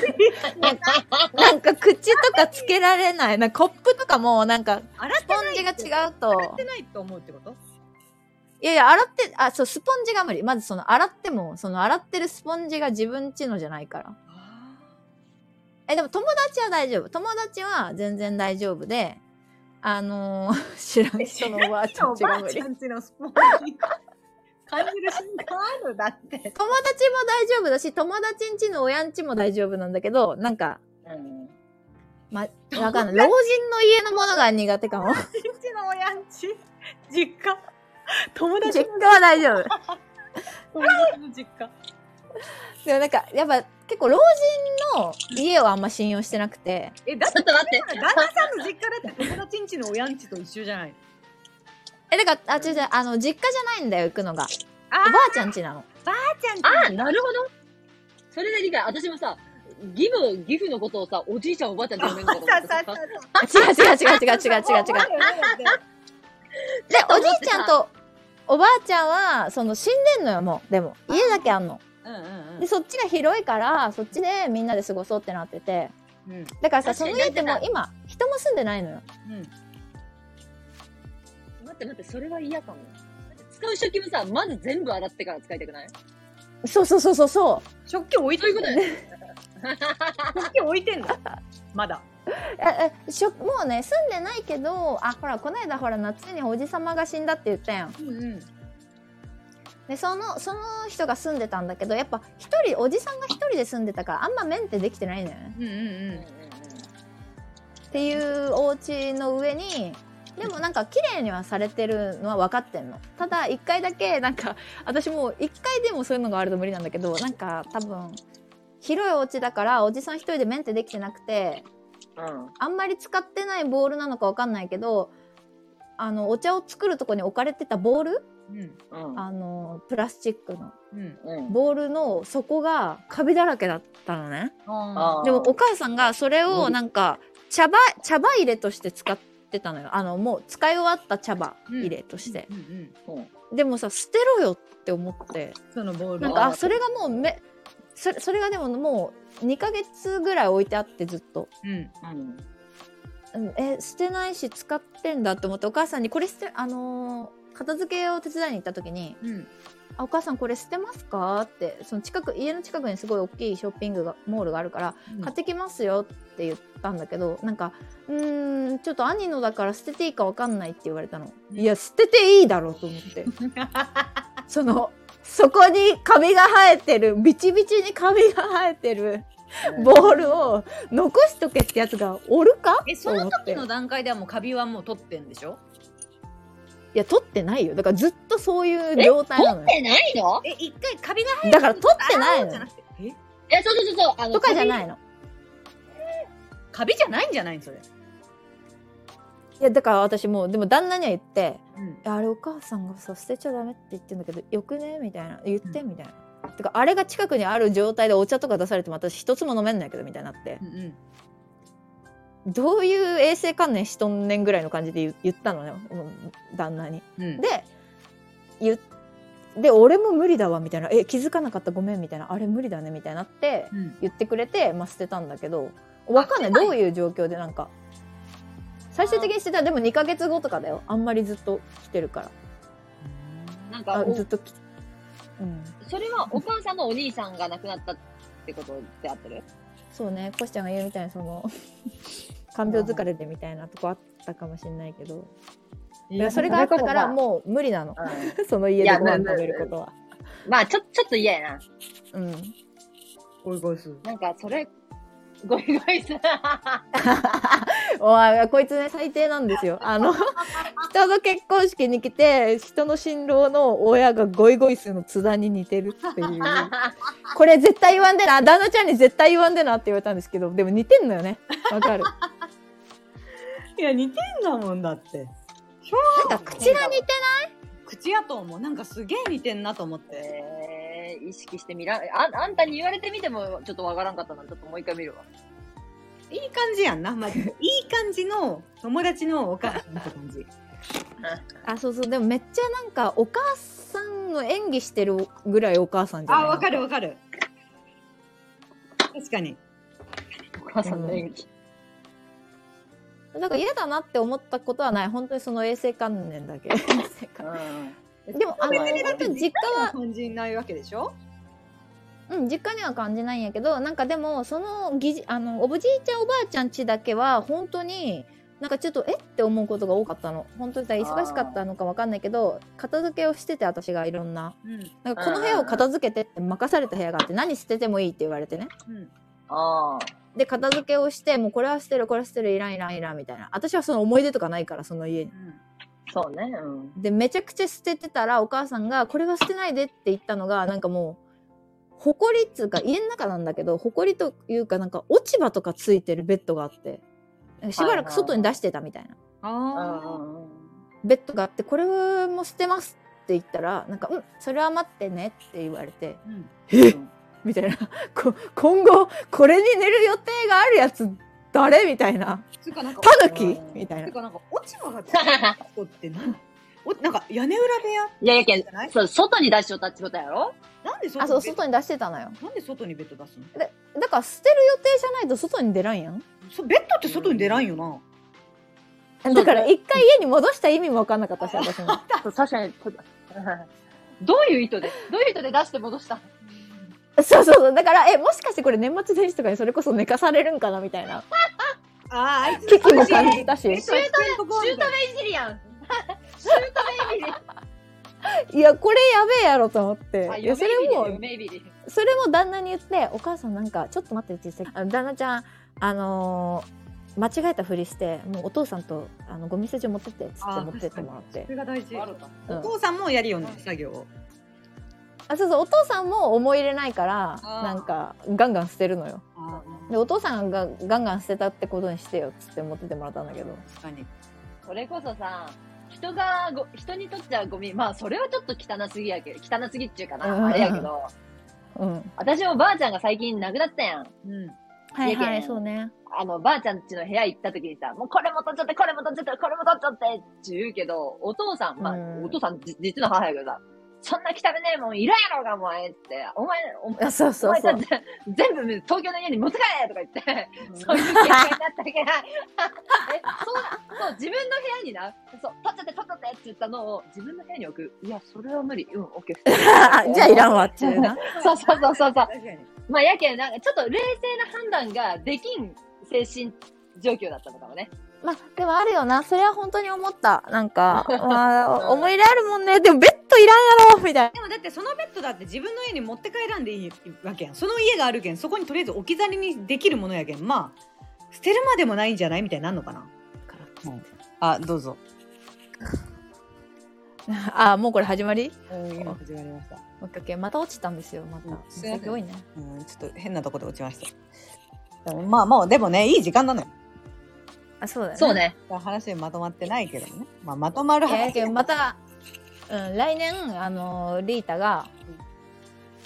S1: なんか口とかつけられないなんかコップとかもなんか
S2: 洗っ
S1: スポンジが違うと
S2: てないと思うってこと
S1: いいやいや、洗って、あ、そう、スポンジが無理。まずその、洗っても、その、洗ってるスポンジが自分ちのじゃないから。え、でも友達は大丈夫。友達は全然大丈夫で、あのー 知らん人のおばあちゃんちが無理。友
S2: んちのスポンジ感じる瞬間あるだって。
S1: 達も大丈夫だし、友達んちの親んちも大丈夫なんだけど、なんか、
S3: うん。
S1: ま、わかんない。老人の家のものが苦 手かも。
S2: 友達の親んち実家友
S1: 実家は大丈夫。
S2: 友達の実家。
S1: でもなんか、やっぱ結構老人の家をあんま信用してなくて、
S2: え、だっ
S3: ち
S2: て
S3: ょっと待って。
S2: 旦那さんの実家だって友達んちの親んちと一緒じゃない
S1: え、だから、あ、違う違う、あの、実家じゃないんだよ、行くのが。
S2: あ
S1: おばあちゃん家なの。
S3: ああ、なるほど。それで理解。私もさ、義務、義父のことをさ、おじいちゃん、おばあちゃんって呼べるのかと思ってさ。
S1: 違う違う違う違う違う違う違う。 で、おじいちゃんとおばあちゃんは、その死んでんのよ、もう。でも、家だけあんの。
S2: うんうん
S1: で、そっちが広いから、そっちでみんなで過ごそうってなってて。
S2: うん。
S1: だからさ、
S3: 確
S1: そ
S3: かに
S1: の家ってもう今、人も住んでないのよ。
S2: うん。
S3: 待って待って、それは嫌かも。使う食器もさ、まず全部洗ってから使いたくない
S1: そうそうそうそうそう。
S2: 食器置いと
S3: そうい
S2: いうく
S3: こと
S2: な
S3: だ
S2: い
S3: よね。
S2: 食器置いてんだ。まだ。
S1: え、え、しょ、もうね、住んでないけど、あ、ほら、この間ほら、夏におじさまが死んだって言ったやん。
S2: うんうん。
S1: でそのその人が住んでたんだけどやっぱ一人おじさんが一人で住んでたからあんまメンテできてないんだよね
S2: うんうん
S3: うんう
S2: う
S3: んうん
S2: ん。
S1: っていうお家の上にでもなんか綺麗にはされてるのは分かってんのただ一回だけなんか私もう一回でもそういうのがあると無理なんだけどなんか多分広いお家だからおじさん一人でメンテできてなくて
S3: うん。
S1: あんまり使ってないボールなのか分かんないけどあのお茶を作るとこに置かれてたボール
S2: うん
S3: うん。
S1: あのプラスチックの
S2: うん。
S3: うん。
S1: ボールの底がカビだらけだったのね
S2: あ
S3: あー
S1: でもお母さんがそれをなんか茶葉茶葉入れとして使ってたのよあのもう使い終わった茶葉入れとして
S2: う、んうん。
S1: でもさ捨てろよって思って
S2: そのボール
S1: なん
S2: を。
S1: かあそれがもうめそれそれがでももう2ヶ月ぐらい置いてあってずっと。
S2: うん。
S3: う
S1: う
S3: ん。
S1: んえ捨てないし使ってんだって思ってお母さんにこれ捨てあのー片付けを手伝いに行った時に
S2: うん。
S1: あお母さんこれ捨てますか?」ってその近く家の近くにすごい大きいショッピングがモールがあるから「買ってきますよ」って言ったんだけどなんか「うーんちょっと兄のだから捨てていいかわかんない」って言われたの「いや捨てていいだろ」と思って そのそこにカビが生えてるビチビチにカビが生えてるボールを残しとけってやつがおるか
S2: え、その時
S1: と思っ
S2: の
S1: て
S2: 段階ではもうカビはもう取ってんでしょ
S1: いや取ってないよだからずっとそういう状態なのよ
S3: え、ないの
S2: え、一回カビが
S1: だから取ってないの
S2: じゃ
S1: よ
S2: なくて。え
S3: え、そうそうそうそう。あの
S1: とかじゃ
S3: い。
S1: ないの
S2: カビじゃないんじゃないそれ。
S1: いやだから私もうでも旦那には言って
S2: う
S1: 「
S2: ん
S1: あれお母さんがさ捨てちゃダメって言ってんだけどよくね?」みたいな「言って」みたいな。てかあれが近くにある状態でお茶とか出されても私一つも飲めんないけどみたいになって
S2: うんうん。
S1: どういう衛生観念しとんねんぐらいの感じで言言ったのねもう旦那に。
S2: うん
S1: で言っで俺も無理だわみたいな「え気づかなかったごめん」みたいな「あれ無理だね」みたいになって
S2: うん
S1: 言ってくれて、まあ、捨てたんだけどわかんないどういう状況でなんか最終的に捨てたでも2ヶ月後とかだよあんまりずっと来てるから
S3: なんか
S1: あ
S3: お
S1: ずっときうん
S3: それはお母さんのお兄さんが亡くなったってことで合ってる
S1: そうねコシちゃんが言うみたいにその 看病疲れでみたいなとこあったかもしれないけどいやそれがあったからもう無理なの その家
S3: い
S1: で
S3: や
S1: ご飯
S3: まあ
S1: 食べることは
S3: まあ、ちょ、ちょっと嫌やな。
S1: うん
S2: ゴイゴイする。
S3: なんか、それ、ごいごいさ。
S1: おいこいつね最低なんですよ あの人の結婚式に来て人の新郎の親がゴイゴイスーの津田に似てるっていうこれ絶対言わんでな旦那ちゃんに絶対言わんでなって言われたんですけどでも似てんのよねわかる
S2: いや、似てんだもんだって。
S1: なんか口が似て
S2: 口やと思う。なんかすげえ似てんなと思って。
S3: えー、意識してみらあ、あんたに言われてみてもちょっとわからんかったな。ちょっともう一回見るわ。
S2: いい感じやん な。まあ、いい感じの友達のお母さんって感じ。
S1: あそうそうでもめっちゃなんかお母さんの演技してるぐらいお母さんじゃない
S2: あ、わかるわ
S1: か
S2: かる。確かに。
S3: お母さんの演技。
S1: るなんか嫌だなって思ったことはない本当にその衛生観念だけ衛生
S3: う
S1: 観
S3: ん。
S1: でもあの
S3: 別にだ
S1: 本当に実家は
S2: 感じないわけでしょ
S1: うん、実家には感じないんやけどなんかでもそのぎじあのおじいちゃんおばあちゃんちだけは本当になんかちょっとえって思うことが多かったの本当にだから忙しかったのかわかんないけど片付けをしてて私がいろんな
S2: うん
S1: なんかこの部屋を片付けてって任された部屋があって何捨ててもいいって言われてね
S2: うん
S3: ああ。
S1: で片付けをしてもうこれは捨てるこれは捨てるいらんいらんいらんみたいな私はその思い出とかないからその家に
S3: そうね。うん。
S1: でめちゃくちゃ捨ててたらお母さんが「これは捨てないで」って言ったのがなんかもう埃っつうか家の中なんだけど埃というかなんか落ち葉とかついてるベッドがあってなんかしばらく外に出してたみたいな
S2: あ
S3: う
S2: あ
S3: んうんうん。
S1: ベッドがあって「これも捨てます」って言ったらなんか「うんそれは待ってね」って言われて
S2: うん
S1: 「えみたいな こ今後これに寝る予定があるやつ誰みたいな
S2: つうかなん
S1: 「
S2: か
S1: タヌキ?」みたい
S2: て
S1: な。
S2: かなんか落ち葉がついてるとこってなんおなんか屋根裏部屋
S3: いやいやけ
S2: じ
S3: ど
S2: ゃない
S3: そう、外に出しちゃったってことやろ
S2: なんで外
S1: あ
S2: に
S1: そう
S2: ベッ
S1: 外に出してたのよ
S2: ドなんで外にベッド出すの
S1: だから捨てる予定じゃないと外に出らんやん
S2: そうベッドって外に出らんよな
S1: だから一回家に戻した意味も分かんなかったし私も
S3: そう確かに。 どういう意図でどういう意図で出して戻した
S1: そうそうそうだからえもしかしてこれ年末年始とかにそれこそ寝かされるんかなみたいな
S2: ああいつ
S1: 危機も感じたし
S2: ベッドに机のとこあるから
S3: いじりやん。
S1: いやこれやべえやろと思って
S3: あ
S1: いやそれも
S3: 夢いびりだよ夢いびり
S1: それも旦那に言って「お母さんなんかちょっと待って」って言ってあの旦那ちゃんあのー間違えたふりしてもうお父さんとあのゴミ捨て場持ってってっつって
S2: あ
S1: 持ってってもらって
S2: そ、れが大事
S3: あるか
S1: うん
S2: お父さんもやるよね作業を
S1: あそうそうお父さんも思い入れないから
S2: あー
S1: なんかガンガン捨てるのよ
S2: あ
S1: でお父さんがガンガン捨てたってことにしてよっつって持ってってもらったんだけど
S2: 確かに
S3: それこそさ、人がご、人にとっちゃゴミ、まあそれはちょっと汚すぎやけど、汚すぎっちゅうか
S1: うん
S3: な、あれやけど、
S1: うん
S3: 私もばあちゃんが最近亡くなったやん。
S2: うん
S1: はいい
S3: やけん
S1: はいそうね
S3: あの、ばあちゃんちの部屋行った時にさ、もうこれも取っちゃって、これも取っちゃって、これも取っちゃってって言うけど、お父さん、まあ、
S1: うん
S3: お父さんじ実の母やけどさ、そんな汚ねえもんいらんやろうが、お前って、お前、お前
S1: あそう
S3: お
S1: そう
S3: 前
S1: そ
S3: さ
S1: う。
S3: 全部東京の家に持って帰れとか言って、そういう経験になったけない。 え、そう、そう、自分の部屋にな、そう、取っちゃって取っちゃってって言ったのを自分の部屋に置く。いや、それは無理。うん、オッケ ー。
S1: じゃあいらんわっていう な。
S3: そうそうそうそうそう。
S2: 大事やね
S3: まあ、やけん、なんかちょっと冷静な判断ができん精神状況だったのかもね。
S1: まあ、でもあるよな。それは本当に思った。なんか、わあ、思い入れあるもんね。でもベッドいらんやろみたい
S2: でもだってそのベッドだって自分の家に持って帰らんでいいわけやんその家があるけんそこにとりあえず置き去りにできるものやけんまあ捨てるまでもないんじゃないみたいになるのかなあどうぞ
S1: な。あ、もうこれ始まり
S2: 今始まりました、
S1: オッケーオッケーまた落ちたんですよ、また。
S2: うんすいませ
S1: 最
S2: ん
S1: 近多いね。
S2: うん、ちょっと変なとこで落ちましたまあもうでもねいい時間なのよ
S1: あ、そうだね。
S3: そう。ね。
S2: 話まとまってないけどね、まあ、まとまる
S1: いや、や
S2: 話
S1: けどまた、うん、来年、あのー、リータが、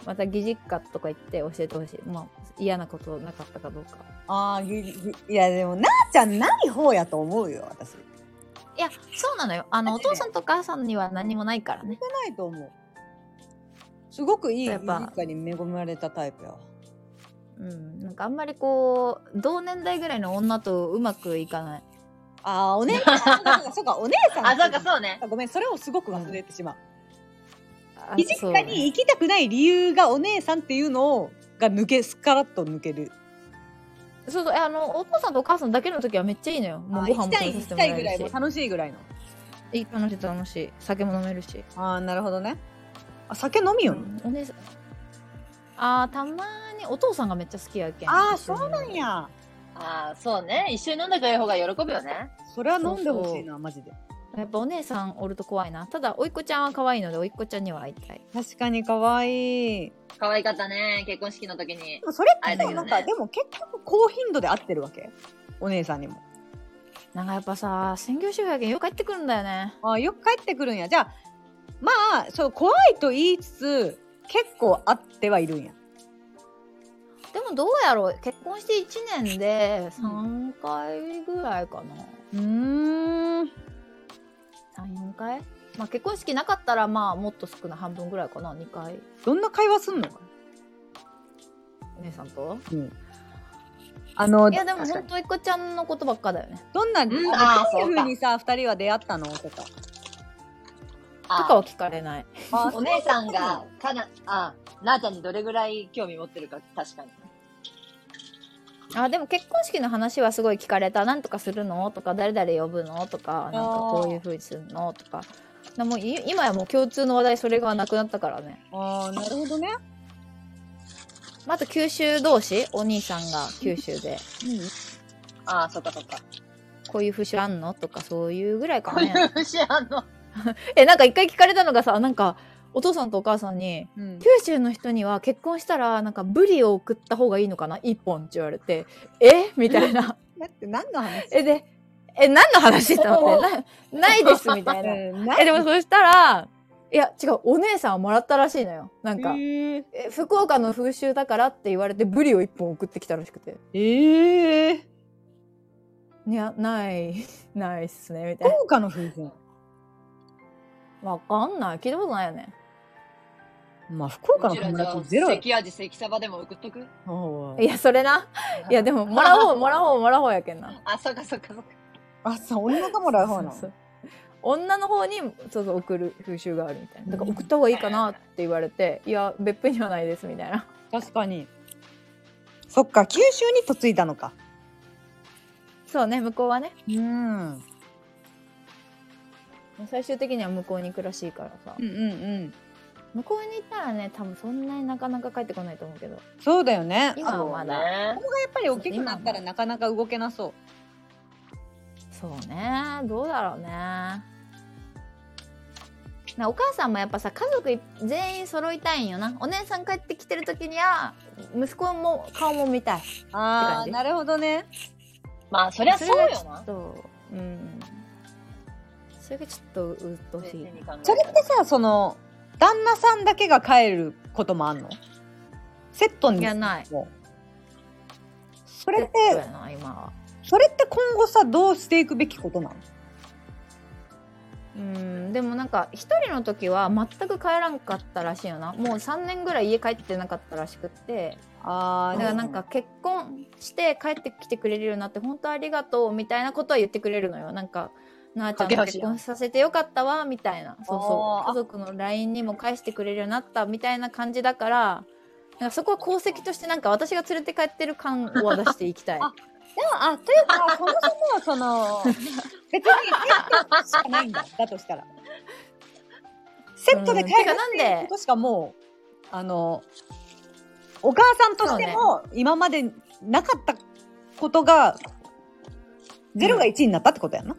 S1: また義実家とか行って教えてほしい。まあ、嫌なことなかったかどうか。
S2: ああぎぎいやでもなあちゃんない方やと思うよ私
S1: いや、そうなのよ。あの、お父さんとお母さんには何もないからね。
S2: ないと思うすごくいい
S1: や
S2: 一
S1: っぱ
S2: 家に恵まれたタイプやわ
S1: うん。なんかあんまりこう、同年代ぐらいの女とうまくいかない。
S2: あーお姉さんそうかそうかお姉さん
S3: あ、そうか、そうね。
S2: ごめんそれをすごく忘れてしまう
S1: あ
S2: 義実家に行きたくない理由がお姉さんっていうのをが抜けすからっと抜ける
S1: そうそうえあのお父さんとお母さんだけの時はめっちゃいいのよもうご飯
S2: 行
S1: も
S2: きた
S1: 食べ
S2: い行
S1: させてもら
S2: きた
S1: え
S2: いぐらいも
S1: る
S2: 楽しいぐらい
S1: し
S2: の
S1: いい楽しい楽しい酒も飲めるし、
S2: ああなるほどねあ酒飲みよ、ね
S1: お姉さんあーたまにお父さんがめっちゃ好きやけん
S2: ああそうなんや
S3: ああ、そうね。一緒に飲んだ方が喜ぶよね。
S2: それは飲んでほしいなマジで
S1: やっぱお姉さんおると怖いなただおいっ子ちゃんは可愛いのでおいっ子ちゃんには会いたい
S2: 確かに可愛いい
S3: 可愛かったね。結婚式の時に
S2: で。もそれっ
S3: あ
S2: て
S3: れだ
S2: さ
S3: けど
S2: なん
S3: ね
S2: かでも結局高頻度で合ってるわけお姉さんにも
S1: なんかやっぱさ専業主婦やけんよく帰ってくるんだよね
S2: あよく帰ってくるんやじゃあまあそう怖いと言いつつ結構あってはいるんや
S1: でもどうやろう結婚して1年で3回ぐらいかな
S2: うん
S1: 34回まあ結婚式なかったらまあもっと少ない半分ぐらいかな2回
S2: どんな会話すんの
S1: お姉さんと
S2: あの
S1: いやでも
S3: 確か
S1: 本
S3: に
S1: 当いっこちゃんのことばっかだよね。
S2: どんな、
S3: ん
S2: あの
S3: あー
S2: どういう
S3: そうか
S2: ふうにさ二人は出会ったのとか
S3: あ
S1: とかは聞かれない。
S3: お姉さんが、かな、あ、なあちゃんにどれぐらい興味持ってるか、確かに。
S1: あでも結婚式の話はすごい聞かれた「なんとかするの?」とか「誰々呼ぶの?」とか「なんかこういうふうにするの?」とかでもうい今やもう共通の話題それがなくなったからね、
S2: ああ、なるほどね。
S1: まあ、あと九州同士お兄さんが九州で
S3: ああ、そっかそっか。
S1: 「こういう風習あんの?」とかそういうぐらいか
S3: こうい
S1: ね
S3: うシアンの。
S1: えなんか一回聞かれたのがさなんかお父さんとお母さんに
S2: うん
S1: 「九州の人には結婚したらなんかブリを送った方がいいのかな一本」って言われて「えみたいな
S6: 待って、何の話
S1: えで「え何の話?」って思って「なないです」みたいな。えでもそしたらいや違うお姉さんはもらったらしいのよなんか、
S2: え
S1: え福岡の風習だからって言われてブリを一本送ってきたらしくて
S2: えー。
S1: いやない ないっすねみたいな
S2: 福岡の風船。
S1: わかんない聞いたことないよね
S2: まあ、福岡
S3: う
S2: の
S3: ちら
S2: 友
S3: じゃあ
S2: 達ゼロや
S3: 関味、関サバでも送っとく
S2: おう
S1: いやそれないやでももらおう もらおうもらおうやけんな
S3: あ、そっかそっかそっか。
S6: あ、そう、女がもらう方なの。
S1: そうそう女の方にそうそう送る風習があるみたいなだから送った方がいいかなって言われていや別府にはないですみたいな
S2: 確かに。
S6: そっか、九州に嫁いだのか。
S1: そうね向こうはね
S6: うん。
S1: 最終的には向こうに行くらしいからさ
S2: うんうんうん。
S1: 向こうに行ったらね多分そんなになかなか帰ってこないと思うけど
S2: そうだよね。
S1: 今はまだ、
S3: だ。
S2: やっぱり大きくなったらなかなか動けなそう。
S1: そうねどうだろうねなお母さんもやっぱさ家族い全員揃いたいんよなお姉さん帰ってきてる時には息子も顔も見たい
S2: あ
S1: って感
S2: あ、
S1: じ
S2: なるほどね。
S3: まあ、そりゃそうよな。
S1: そううんそれがちょっとうっとしい
S2: それってさ、その、旦那さんだけが帰ることもあんのセットに
S1: いやない
S2: もうそれっ
S1: そうや
S2: て
S1: な今は
S2: それって今後さどうしていくべきことなの
S1: うんでもなんか一人の時は全く帰らんかったらしいよなもう3年ぐらい家帰ってなかったらしくって
S2: あ
S1: だからなんか結婚して帰ってきてくれるようになって本当ありがとうみたいなことは言ってくれるのよなんかなあちゃん
S3: 架け
S1: と
S3: 橋や
S1: 結婚させてよかったわみたいなそうそ
S2: あ
S1: う
S2: ー
S1: 家族の LINE にも返してくれるようになったみたいな感じだからなんかそこは功績としてなんか私が連れて帰ってる感を出していきたい
S2: あでもあとい うかそもそもその別にセットしかないんだだとしたらセットで帰る
S1: うんてかなんで
S2: っていうことしかもうあのお母さんとしても今までなかったことが0が1になったってことやんな、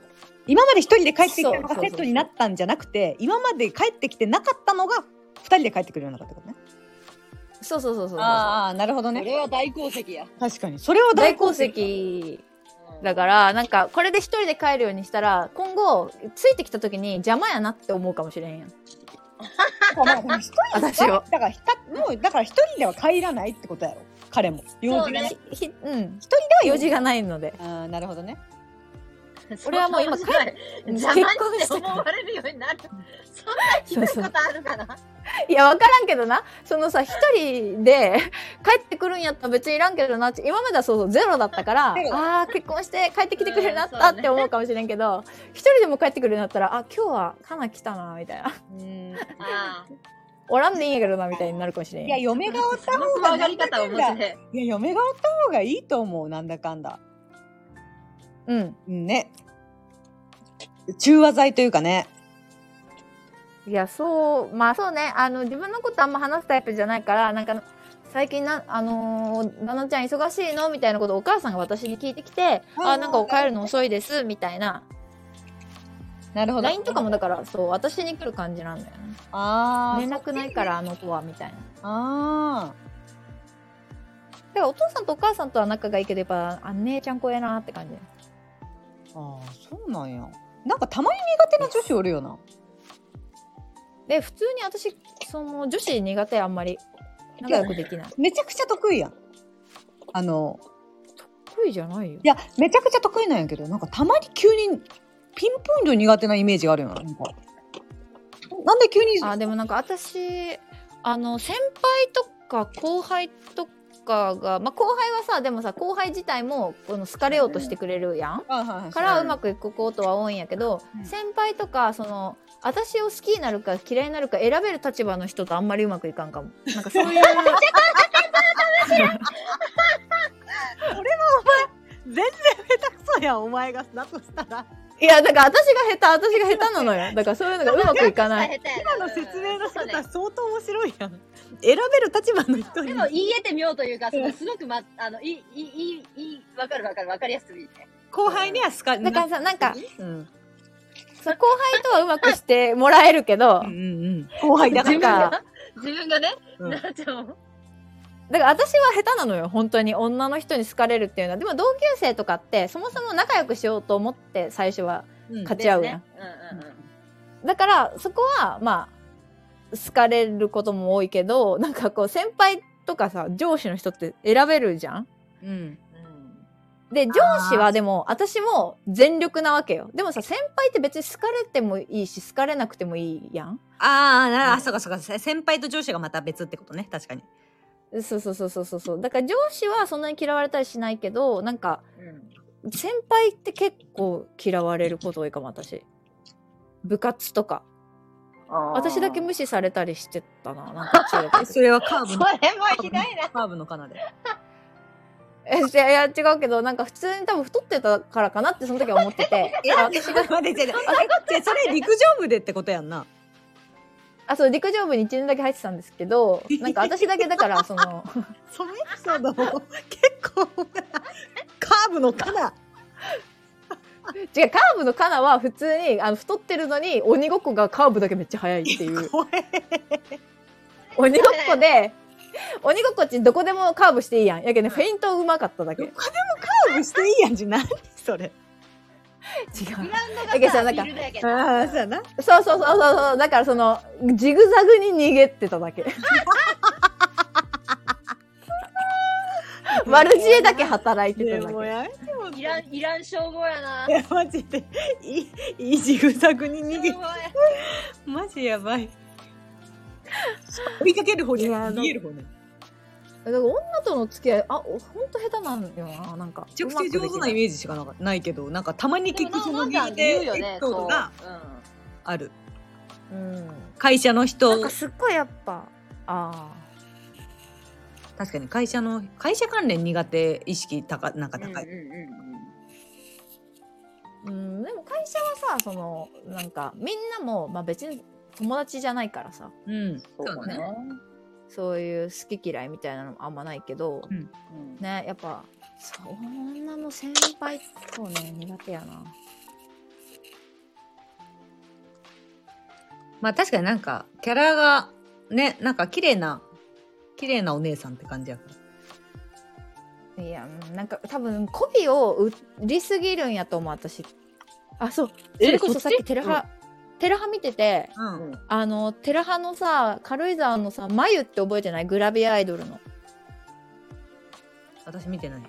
S2: 今まで一人で帰ってきたのが
S1: そうそうそうそう
S2: セットになったんじゃなくて今まで帰ってきてなかったのが二人で帰ってくるようになったってことね
S1: そうそうそうそう
S2: ああなるほど
S3: そ
S2: ね
S3: れは大功績や。
S2: 確かにそれは
S1: 大功績だからなんかこれで一人で帰るようにしたら今後ついてきた時に邪魔やなって思うかもしれんやん
S2: だから一人で
S1: 私を
S2: だからひたもうだから一人では帰らないってことやろ彼も用事がね
S3: そ
S1: ひひうん
S2: 一人では
S1: 用事がないので
S2: あーなるほどね
S1: 俺はもう今帰
S3: 帰
S1: る
S3: る。邪魔に
S1: 結婚し
S3: 思
S1: た
S3: われるようになる。そんなひどいことあるかな。
S1: いや、わからんけどな。そのさ、一人で帰ってくるんやったら別にいらんけどな。今まではそうそう、ゼロだったから、あ
S2: ゼロ
S1: あー、結婚して帰ってきてくれるようになっ
S3: うん
S1: た
S3: そう
S1: っ
S3: ね
S1: て思うかもしれんけど、一人でも帰ってくるようになったら、あ、今日はカナ来たな、みたいな。
S2: うん
S3: あ
S1: おらんでいいんやけどな、みたいになるかもしれん。
S2: いや嫁がおった
S3: あ。
S2: 方
S3: 上
S2: が
S3: が
S2: な
S3: り
S2: んだ
S3: 方
S2: か
S3: 面
S2: んだ
S3: 白い。
S2: いや嫁がおった方がいいと思うなんだかんだ
S1: うん。
S2: うんね中和剤というかね
S1: いや、そう、まあそうね、あの、自分のことあんま話すタイプじゃないから、なんか、最近な、あのー、旦那ちゃん忙しいのみたいなことをお母さんが私に聞いてきて、
S2: うん
S1: あー、なんかお帰るの遅いです、みたいな。
S2: なるほど
S1: LINE とかもだから、そう、私に来る感じなんだよね。
S2: あー
S1: 連絡ないからあの子はみたいな。
S2: あ
S1: だからお父さんとお母さんとは仲がいいけどやっぱあ姉ちゃん怖えなって感じ。
S2: ーあーそうなんやなんかたまに苦手な女子おるよな
S1: で普通に私その女子苦手あんまり仲良くできない。
S2: めちゃくちゃ得意やんあの
S1: 得意じゃないよ
S2: い。やめちゃくちゃ得意なんやけどなんかたまに急にピンポイントに苦手なイメージがあるよななんかなんで急に
S1: あでもなんか私あの先輩とか後輩とかが、まあ、後輩はさでもさ後輩自体もこの好かれようとしてくれるやん、
S7: か
S1: からうまくいくことは多いんやけど、
S7: うん
S1: 先輩とかその私を好きになるか嫌いになるか選べる立場の人とあんまりうまくいかんかもなんかそういう
S8: 全然下手くそやんお前がだとしたら
S1: いやだから私が下手私が下手な のよだからそういうのがうまくいかない
S8: 今の説明の仕方は相当面白いやん選べる立場の人
S3: で
S8: に
S3: も言い得てみようというか、そのすごくま、あの、いい、いい、いい、わかるわかるわかりやすくいいね。
S7: 後輩には好か
S1: だからさなんか
S7: うん
S1: そう後輩とはうまくしてもらえるけど
S7: うんうん
S8: 後輩だ
S1: な
S8: か
S1: ん
S8: ら
S1: か
S3: 自分がね、
S8: うん
S3: なっちゃう。
S1: だから私は下手なのよ本当に女の人に好かれるっていうのはでも同級生とかってそもそも仲良くしようと思って最初は
S7: うん
S1: 勝ち合うやん、
S3: ですね。うんうんうん。
S1: だからそこはまあ好かれることも多いけどなんかこう先輩とかさ上司の人って選べるじゃん
S2: うん。
S3: うん
S1: で上司はでも私も全力なわけよでもさ先輩って別に好かれてもいいし好かれなくてもいいやん
S2: あーなあ、そうかそうか。せ先輩と上司がまた別ってことね。確かに。
S1: そうそうそうそうそうそうだから上司はそんなに嫌われたりしないけどなんか
S3: うん。
S1: 先輩って結構嫌われること多いかも私部活とか私だけ無視されたりしてたななんか中学生
S2: それはカーブ
S3: そ
S2: の、
S3: れもひどいな。
S2: カーブのかなで。
S1: えいや違うけどなんか普通に多分太ってたからかなってその時は思っててあ私 が
S2: 待って、違う違うえ違うそれ陸上部でってことやんな。
S1: あそう陸上部に1年だけ入ってたんですけどなんか私だけだからその
S8: そのエピソードも結構カーブのかな
S1: 違うカーブのカナは普通にあの太ってるのに鬼ごっこがカーブだけめっちゃ速いっていう
S8: 怖い
S1: 鬼ごっこで鬼ごっこっちどこでもカーブしていいやんやけどねフェイントうまかっただけ違う
S8: カーブしていいやんじゃ何それ
S3: リラウンドが
S1: だけど
S3: さ
S1: さなんか
S3: フィールドやけど
S8: ああそうやな
S1: そうそうそうそうそうだからそのジグザグに逃げてただ けマルジエだけ働いて
S8: ね
S1: た
S8: え
S1: だけ
S8: もうやめても
S3: いらん、いらん称号やな。
S8: いやマジでいいいいジグザグに逃げ
S3: すごい
S8: マジやばい
S2: 追いかける方に
S8: いや
S2: 逃げる方ね。
S1: だから女との付き合いあおほんと下手なんよななんか
S2: めちゃくちゃ上手なイメージしかなかないけど、なんかたまに
S3: で
S2: 結局そ
S3: もな
S2: の
S3: なんか
S2: 理
S3: 言う
S2: 由
S3: よ
S2: でエ
S3: ね
S2: ピ、ソー
S3: そ
S2: ド
S3: う。
S2: が
S3: うん
S2: ある。
S1: うん
S2: 会社の人
S1: なんかすっごいやっぱあ
S2: 確かに会社の会社関連苦手意識高なんか高い、
S3: うんうんうんう
S1: ーう
S3: ん
S1: んでも会社はさそのなんかみんなも、まあ、別に友達じゃないからさ
S2: うん
S3: そうだね。
S1: そういう好き嫌いみたいなのもあんまないけど
S3: うん
S1: ねやっぱそう女の先輩そうね苦手やな
S2: まあ確かになんかキャラがねなんか綺麗な綺麗なお姉さんって感じやから
S1: いやうんなんか多分コピーを売りすぎるんやと思う私あそうそれこそさっきテラハ、テラハ見てて
S2: うん、
S1: あのテラハのさ軽井沢のさ眉って覚えてないグラビアアイドルの
S2: 私見てない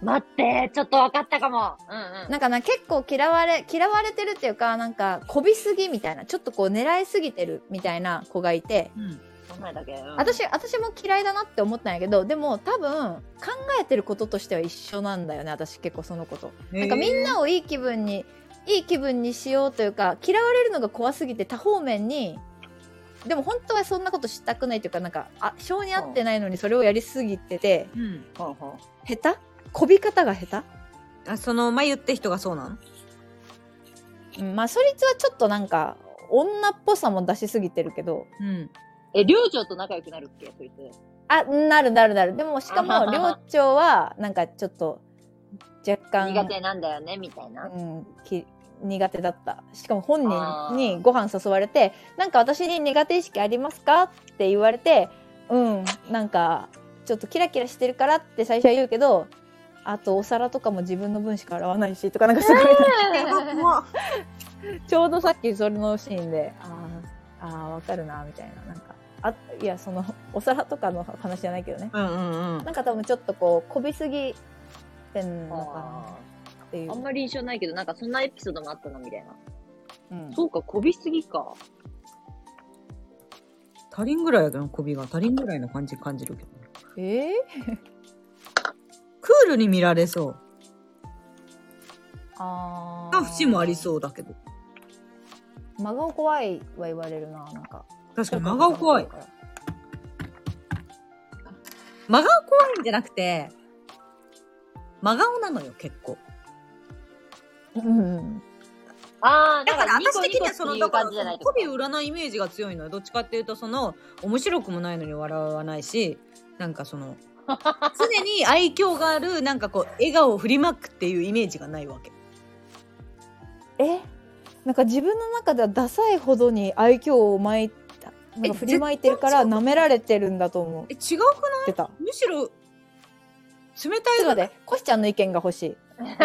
S3: 待って、ちょっと分かったかも。うんうん。
S1: なんかな結構嫌われ嫌われてるっていうかなんかこびすぎみたいなちょっとこう狙いすぎてるみたいな子がいて
S2: うん
S3: そんなんだけ。うん
S1: 私私も嫌いだなって思ったんやけどでも多分考えてることとしては一緒なんだよね私結構そのことなんかみんなをいい気分にいい気分にしようというか嫌われるのが怖すぎて多方面にでも本当はそんなことしたくないというかなんかあ性に合ってないのにそれをやりすぎてて
S2: うん
S3: ほうほう
S1: 下手こび方が下
S2: あその眉って人がそうなの
S1: 手、うんまあそいつはちょっとなんか女っぽさも出しすぎてるけど
S2: うん
S3: え、寮長と仲良くなるっけそいつ。
S1: あなるなるなるでもしかも寮長はなんかちょっと若干
S3: 苦手なんだよね、みたいな。
S1: うん、き苦手だったしかも本
S3: あ
S1: 人
S3: ー
S1: にご飯誘われて「なんか私に苦手意識ありますか?」って言われて「うんなんかちょっとキラキラしてるから」って最初は言うけどあとお皿とかも自分の分しか洗わないしとかなんかすごい、
S8: もう
S1: ちょうどさっきそれのシーンで「あーあーわかるな」みたいななんかあいやそのお皿とかの話じゃないけどね
S2: うんうんうん
S1: なんか多分ちょっとこうこびすぎてんのか
S3: あ
S1: なってい
S3: ーあん
S1: う、
S3: まり印象ないけど、なんかそんなエピソードもあったな、みたいな。
S1: うん
S3: そうか、こびすぎか。
S2: 他人ぐらいやけど、首が他人ぐらいな感じ感じるけど。
S9: え
S2: クールに見られそう。
S9: あ
S2: な節もありそうだけど。
S9: う真顔怖いは言われるななんか
S2: 確かに真顔怖い。真顔怖いんじゃなくて、真顔なのよ、結構。
S9: うんうん
S3: ああ、
S2: だから私的にはその、だ
S3: だ
S2: か、
S3: からじゃないって
S2: 媚
S3: こ
S2: び売らないイメージが強いのよ。どっちかっていうと、その、面白くもないのに笑わないし、なんかその、常に愛嬌がある、なんかこう、笑顔を振りまくっていうイメージがないわけ。
S9: えなんか自分の中ではダサいほどに愛嬌をまいたなん
S2: え
S9: か振りまいてるから舐められてるんだと思
S2: え、違うかな
S9: ってた
S2: むしろ、冷た
S9: ちょ
S2: い
S9: っと待ってコシちゃんの意見が欲しい
S2: の。
S9: ちょっと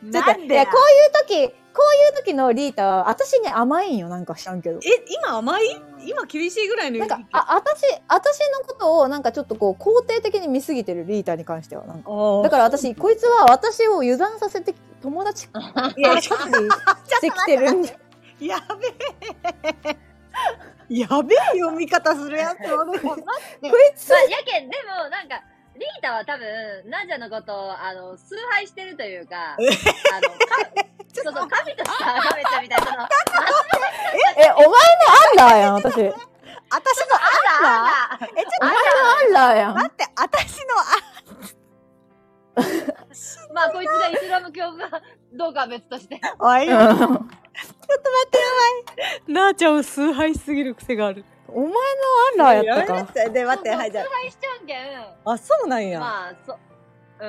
S2: なん
S9: い
S2: で
S9: やこういう時こういう時のリータは私に甘いんよなんかしちゃんけど
S2: え、今甘い今厳しいぐらい
S9: な
S2: の
S9: んかあ私私のことをなんかちょっとこう肯定的に見すぎてるリータに関してはなんかだ
S2: だ
S9: から私こいつは私を油断させて友達
S2: や
S9: から活動してきてるんで
S2: やべ
S10: やべえ読み方するやつおるよな
S9: こいつ
S3: と。まあ、やけん、でも、なんか、リータは多分、ナジャのことを、あの、崇拝してるというか、あの、か そうそう、神として崇めてるみたいな、その、あ
S9: えお前のアンラ ーやん私お
S10: 私の
S3: らあら、
S9: 前のアンラーやん
S10: 待って私のあ
S3: まあ、こいつがイスラム教がどうかは別として。
S10: おい
S9: うん
S2: なあちゃんを崇拝しすぎる癖がある。
S9: お前のアンラーやった
S10: や
S9: か
S10: めなさいで待って
S3: そう
S10: はいじゃ
S3: 崇拝しちゃうんけん。
S10: ああそうなんや、
S3: まあ、そ、うん。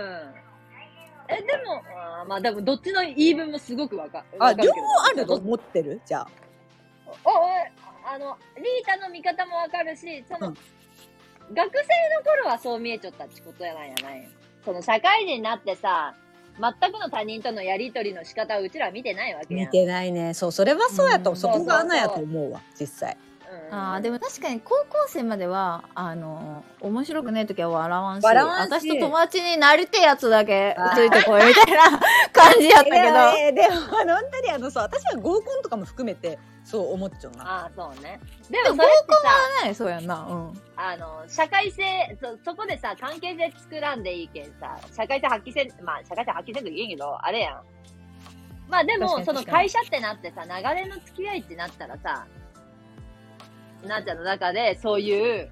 S3: え、でも、あーまあでも、どっちの言い分もすごくわか
S10: あ
S3: わかる
S10: 両
S3: けど。
S10: 方あると思ってるじゃあ
S3: おおあの、リータの見方もわかるし、その、
S2: うん
S3: 学生の頃はそう見えちゃったってことやないやないその、社会人になってさ、全くの他人とのやりとりの仕方をうちらは見てないわけやん。
S2: 見てないね。そう、それはそうやと、
S9: うん
S2: そこが穴やと思うわ、実際。
S3: うん、
S1: あーでも確かに高校生まではあの面白くない時は笑わんし
S2: 笑わんし
S1: 私と友達になりてえやつだけついてこいみたいな 感じやったけ
S10: いや
S1: ど
S10: いやでも
S2: あの、本当にあのさ、私は合コンとかも含めて、そう思っちゃうな。
S3: ああ、そうね。でも、それってさ、
S1: ねそうやんなうん
S3: あの、社会性、そ、そこでさ、関係性作らんでいいけんさ、社会性発揮せん、まあ、社会性発揮せんといいけど、あれやん。まあで
S2: 確か
S3: も、
S2: に
S3: その
S2: 確か
S3: 会社ってなってさ、長年の付き合いってなったらさ、なっちゃんの中で、そういう、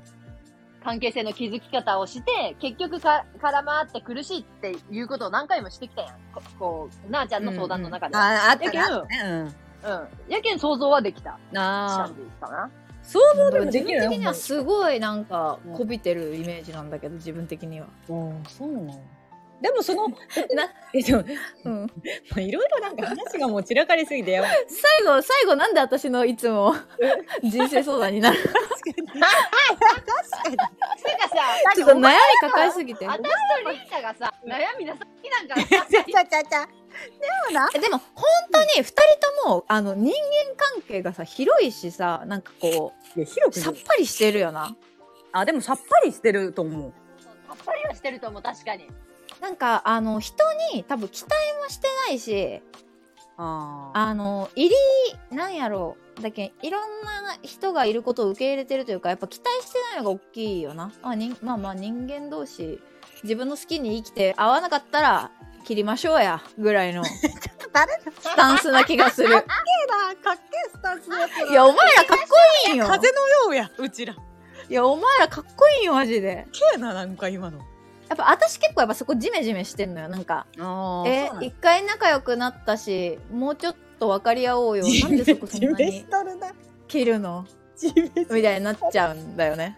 S3: 関係性の築き方をして、結局か、絡まって苦しいっていうことを何回もしてきたやん。ここう、なあちゃんの相談の中で。うん、
S2: ああ、あった
S3: やけ
S2: ね。
S3: ん、
S2: うん。
S3: やけん想像はできた。
S2: ああ、
S3: シャンディかな。
S2: 想像でもできる
S1: 自
S2: よ
S1: 分的にはすごいなんか
S2: うん
S1: こびてるイメージなんだけど自分的には
S2: うん、そうなの。でもその、な、え、でも、
S1: うん
S2: まあいろいろなんか話がもう散らかりすぎてやばい。
S1: 最後最後なんで私のいつも人生相談になる
S3: てかさ、
S1: ちょっと悩み抱えすぎて
S3: 私とリータがさ、悩みなさ好きなんかさ、
S10: ちゃちゃちゃちゃ
S1: えでも本当に2人ともあの人間関係がさ広いしさなんかこ
S2: いや広
S1: うさっぱりしてるよな
S2: あ、でもさっぱりしてると思う。
S3: さっぱりはしてると思う、確かに。
S1: なんかあの人に多分期待もしてないし
S2: ああ。
S1: あの入りなんやろうだけいろんな人がいることを受け入れてるというかやっぱ期待してないのが大きいよなあ人まあまあ人間同士自分の好きに生きて合わなかったら切りましょうやぐらいのス
S10: 誰だ
S1: タンスな気が する
S10: なかっけえスタンスのやつ
S1: いやお前らかっこいいんよ
S10: 風のようやうちらけ
S1: いやお前らかっこいいんよマジで
S10: えななんか今の
S1: やっぱ私結構やっぱそこジメジメしてんのよなんか
S2: ああ。
S1: え
S2: そうなんだ
S1: 一回仲良くなったしもうちょっと分かり合おうよなんでそこそん
S10: ジ
S1: な
S10: メし
S1: に
S10: とるな
S1: 切るの
S10: ジメ
S1: みたいになっちゃうんだよね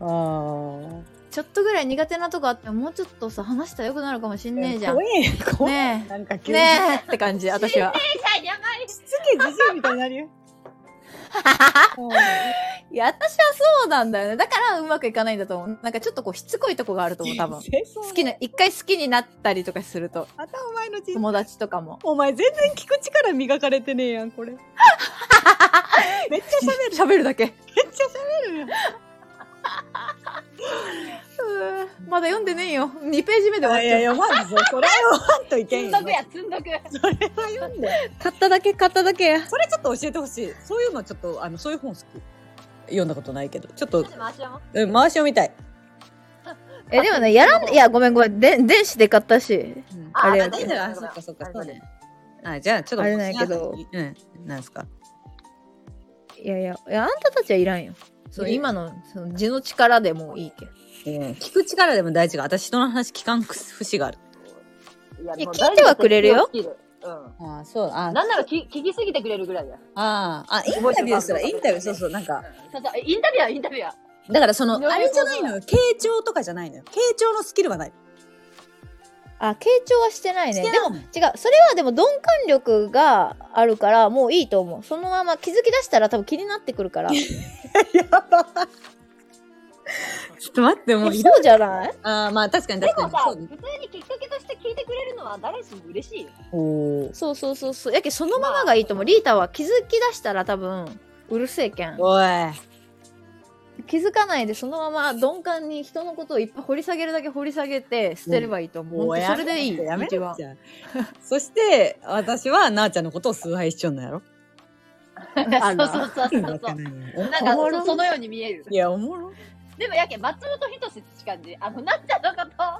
S10: あー
S1: ちょっとぐらい苦手なとこあってももうちょっとさ話したらよくなるかもしんねえじゃん
S10: 怖え怖え
S1: ね
S10: なんか
S1: え
S10: 急に
S1: ねえって感じ私は
S3: えー、じゃあ、やばい。
S10: すげえじじいみたいになるよ
S1: いや私はそうなんだよねだからうまくいかないんだと思うなんかちょっとこうしつこいとこがあると思う多分好
S10: 好
S1: きな一回好きになったりとかすると
S10: またお前の人生
S1: 友達とかも
S10: お前全然聞く力磨かれてねえやん これめっちゃ喋る
S1: 喋るだけ
S10: めっちゃ喋るよ
S1: うーん まだ読んでねえよ2ページ目で終わっ
S10: い
S1: ちゃ
S10: や
S1: う
S10: いやまずそこれ は読まんといけん
S3: 積ん
S10: よ
S3: どくや、積んどく。
S10: それは読んで
S1: 買っただけ買っただけ
S10: それちょっと教えてほしいそういうのちょっとあのそういう本好き
S2: 読んだことないけどちょっと
S3: 私回し読もう
S2: うん回しをみたい
S1: え、でもね、やらん、いや、ごめんごめん。で電子で買ったし。
S3: あ
S1: あれ
S3: れ
S1: やけ
S2: あ
S1: ど
S2: そっかそっかそうねあじゃあちょっと
S1: あれなんやけど
S2: うんなんですか
S1: いやいや、いやあんたたちはいらんよ。そう、今の、その、字の力でもういいけど。
S2: うん聞く力でも大事が私人の話聞かん節がある
S3: いや
S1: いや聞いてはくれるよ。
S3: もう大丈夫適当すぎる
S2: ああそう
S3: う
S2: あ
S3: ん。なんならき聞きすぎてくれるぐらいだ。
S2: ああインタビューしたらインタビューそうそうなんか
S3: そうそうインタビュアー、インタビュアー。
S2: だからその
S3: いや
S2: あれじゃないのよ傾聴とかじゃないのよ傾聴のスキルはない
S1: あ、傾聴はしてないね。
S2: して
S1: で
S2: ない
S1: も、違う。それはでも鈍感力があるから、もういいと思う。そのまま気づき出したら多分気になってくる から。え
S2: やばちょっと待ってもう
S1: そうじゃない
S2: ああまあ確かに
S3: で
S2: 確か
S3: も
S2: に
S3: さ、
S2: そう
S3: 普通にきっかけとして聞いてくれるのは誰しも嬉しいよ。
S2: おー
S1: そうそうそうそう。やけそのままがいいと思う。リータは気づき出したら多分、うるせえけん。
S2: おい
S1: 気づかないでそのまま鈍感に人のことをいっぱい掘り下げるだけ掘り下げて捨てればいいと思う。
S2: も
S1: ほ
S2: うん
S1: と
S2: や
S1: それでいい。
S2: やめ
S1: 一
S2: ろ
S1: 番
S2: じゃん そして私はなあちゃんのことを崇拝しちゃうんだやろ
S1: あ
S3: そう
S1: ら
S3: そうそうそうそう。
S2: い
S3: なんかそそのように見える。
S2: やおもろ
S3: でもやけん松本人志って感じ。あのなっちゃんの こと。
S1: だ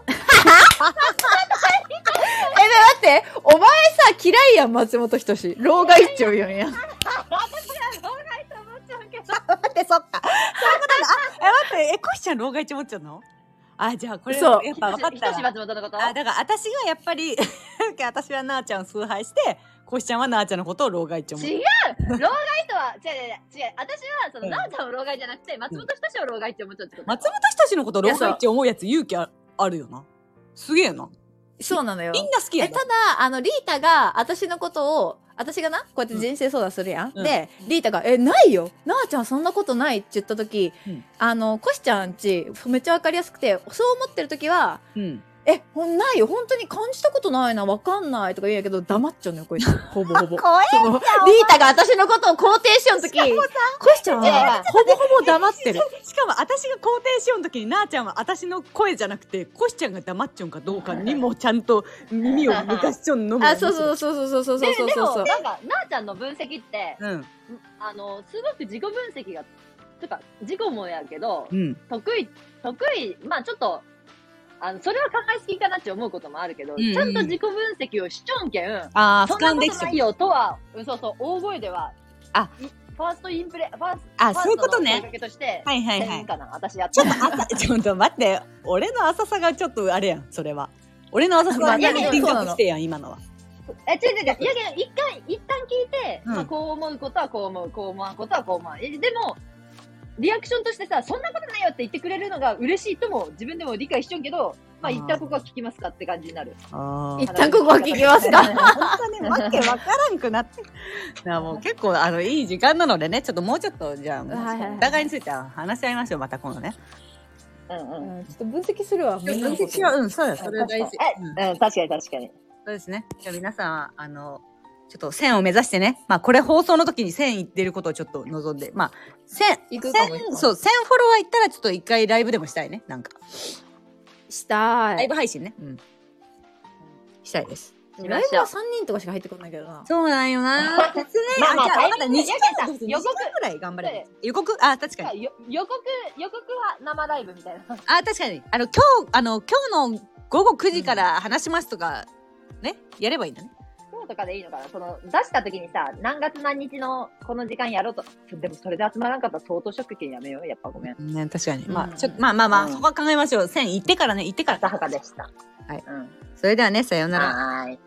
S1: って、お前さ、嫌いやん、松本人志。老害っちょうよんや。
S3: 思っちゃうけど。
S2: 待ってそっ かそういうことだあえ待ってえこしちゃん老害ち持っちゃうのあじゃあこれ
S1: そう
S2: やっぱ分かった
S3: 人志
S2: わ
S3: 松本のこと。
S2: あだから私がやっぱり 私はなあちゃんを崇拝してこしちゃんはなあちゃんのことを老害ち持っ
S3: 違う老害とは違う違う違う私はそ
S2: う
S3: の
S2: ん
S3: 奈緒ちゃんを老害じゃなくて松本人志を老害って思っちゃうってこと
S2: 松本人志のことを老害って思うやつ勇気ああるよなすげえな
S1: そうなのよ
S2: みんな好きや
S1: え、
S2: な
S1: ただ、あの、リータが、私のことを、私がな、こうやって人生相談するやん。
S2: うん
S1: で、リータが、え、ないよなあちゃんそんなことないって言った時、
S2: うん
S1: あの、コシちゃんち、めっちゃわかりやすくて、そう思ってる時は、
S2: うん
S1: え、ほんないよ、本当に感じたことないな、わかんないとか言うんやけど、黙っちゃうのよ、こいつ。ほぼほぼ。 怖いリータが私のことを肯定しようとき、コシちゃんは、ほぼほぼ黙ってる。
S2: しかも私が肯定しようときになあちゃんは私の声じゃなくてコシちゃんが黙っちゃうんかどうかにもちゃんと耳を抜かしちゃうのも
S1: あ、そうそうそうそうそうそうそう
S3: でで
S1: そう
S3: も
S1: そう。
S3: なんか奈緒ちゃんの分析って
S2: うん
S3: あのすごく自己分析がとか自己もやけど
S2: うん
S3: 得意得意まあちょっとあのそれは考えすぎかなって思うこともあるけど、
S2: んうん
S3: ちゃんと自己分析をしちょんけん
S2: ああ
S3: そ
S2: 俯
S3: んな
S2: 瞰
S3: こ
S2: で
S3: と
S2: きちゃ
S3: な
S2: う
S3: いよとはうんそうそう大声では
S2: あ
S3: いファーストインプレファース
S2: あ
S3: ファー
S2: そういう
S3: ス
S2: こと
S3: トの声
S2: ね
S3: かけとして、
S2: はいはいは
S3: 点
S2: い
S3: かな私やっ
S2: ち
S3: た
S2: ょっと浅 ちょっと待って俺の浅さがちょっとあれやんそれは俺の浅さ
S1: ま
S2: が
S1: あ
S2: リーティング
S1: そう
S2: ア
S1: な
S2: ップ
S1: の
S2: してやん今のは
S3: え、違う違う違う。いやいや、一回、一旦聞いて、
S2: うん
S3: まあ、こう思うことはこう思う、こう思わんことはこう思わん。えでも、リアクションとしてさ、そんなことないよって言ってくれるのが嬉しいとも、自分でも理解しちゃうけど、まあ、
S2: あー
S3: 一旦ここは聞きますかって感じになる。
S2: あ
S1: 一旦ここは聞きますか
S2: 本当ね、わけわからんくなって。 なあもう結構あのいい時間なのでね、ちょっともうちょっとじゃあもう
S1: はいはいはい
S2: お互いについては話し合いましょうまた今度ね。
S3: うん
S1: う
S3: うん。
S1: んちょっと分析するわ。
S2: 分析はうんそうだそれは大事。
S3: え、
S2: うん
S3: うん、確かに確かに。
S2: そうですね。じゃあ皆さんあのちょっと1000を目指してね、まあこれ放送の時に1000いってることをちょっと望んで、まあ1000
S1: 行くかも
S2: 1000そう1000フォロワーいったらちょっと一回ライブでもしたいねなんか
S1: した
S2: ライ
S1: い。
S2: ブ配信ね。うん。したいです。
S1: ライブは3人とかしか入ってこないけどな。
S2: そうなんよな。別ね。
S3: まあまあ
S2: じゃ
S3: タイミング
S2: まだ2時間
S3: 予告
S2: 予告ぐらい頑張ればいい。予告あ確かに。
S3: よ予告、予告は生ライブみたいな。
S2: あ確かにあの今日あの今日の午後9時から話しますとか、ねやればいいんだね
S3: 今日とかでいいのかなその、出した時にさ、何月何日のこの時間やろうと。でもそれで集まらんかったら相当ショック券やめよう。やっぱごめん。
S2: ね確かに、
S1: うん
S2: まあちょまあまあまあ、
S3: うん
S2: そこは考えましょう1000行ってからね行ってか
S3: 浅
S2: ら
S3: はかでした。
S2: はい
S3: うん。
S2: それではねさようなら
S3: はーい。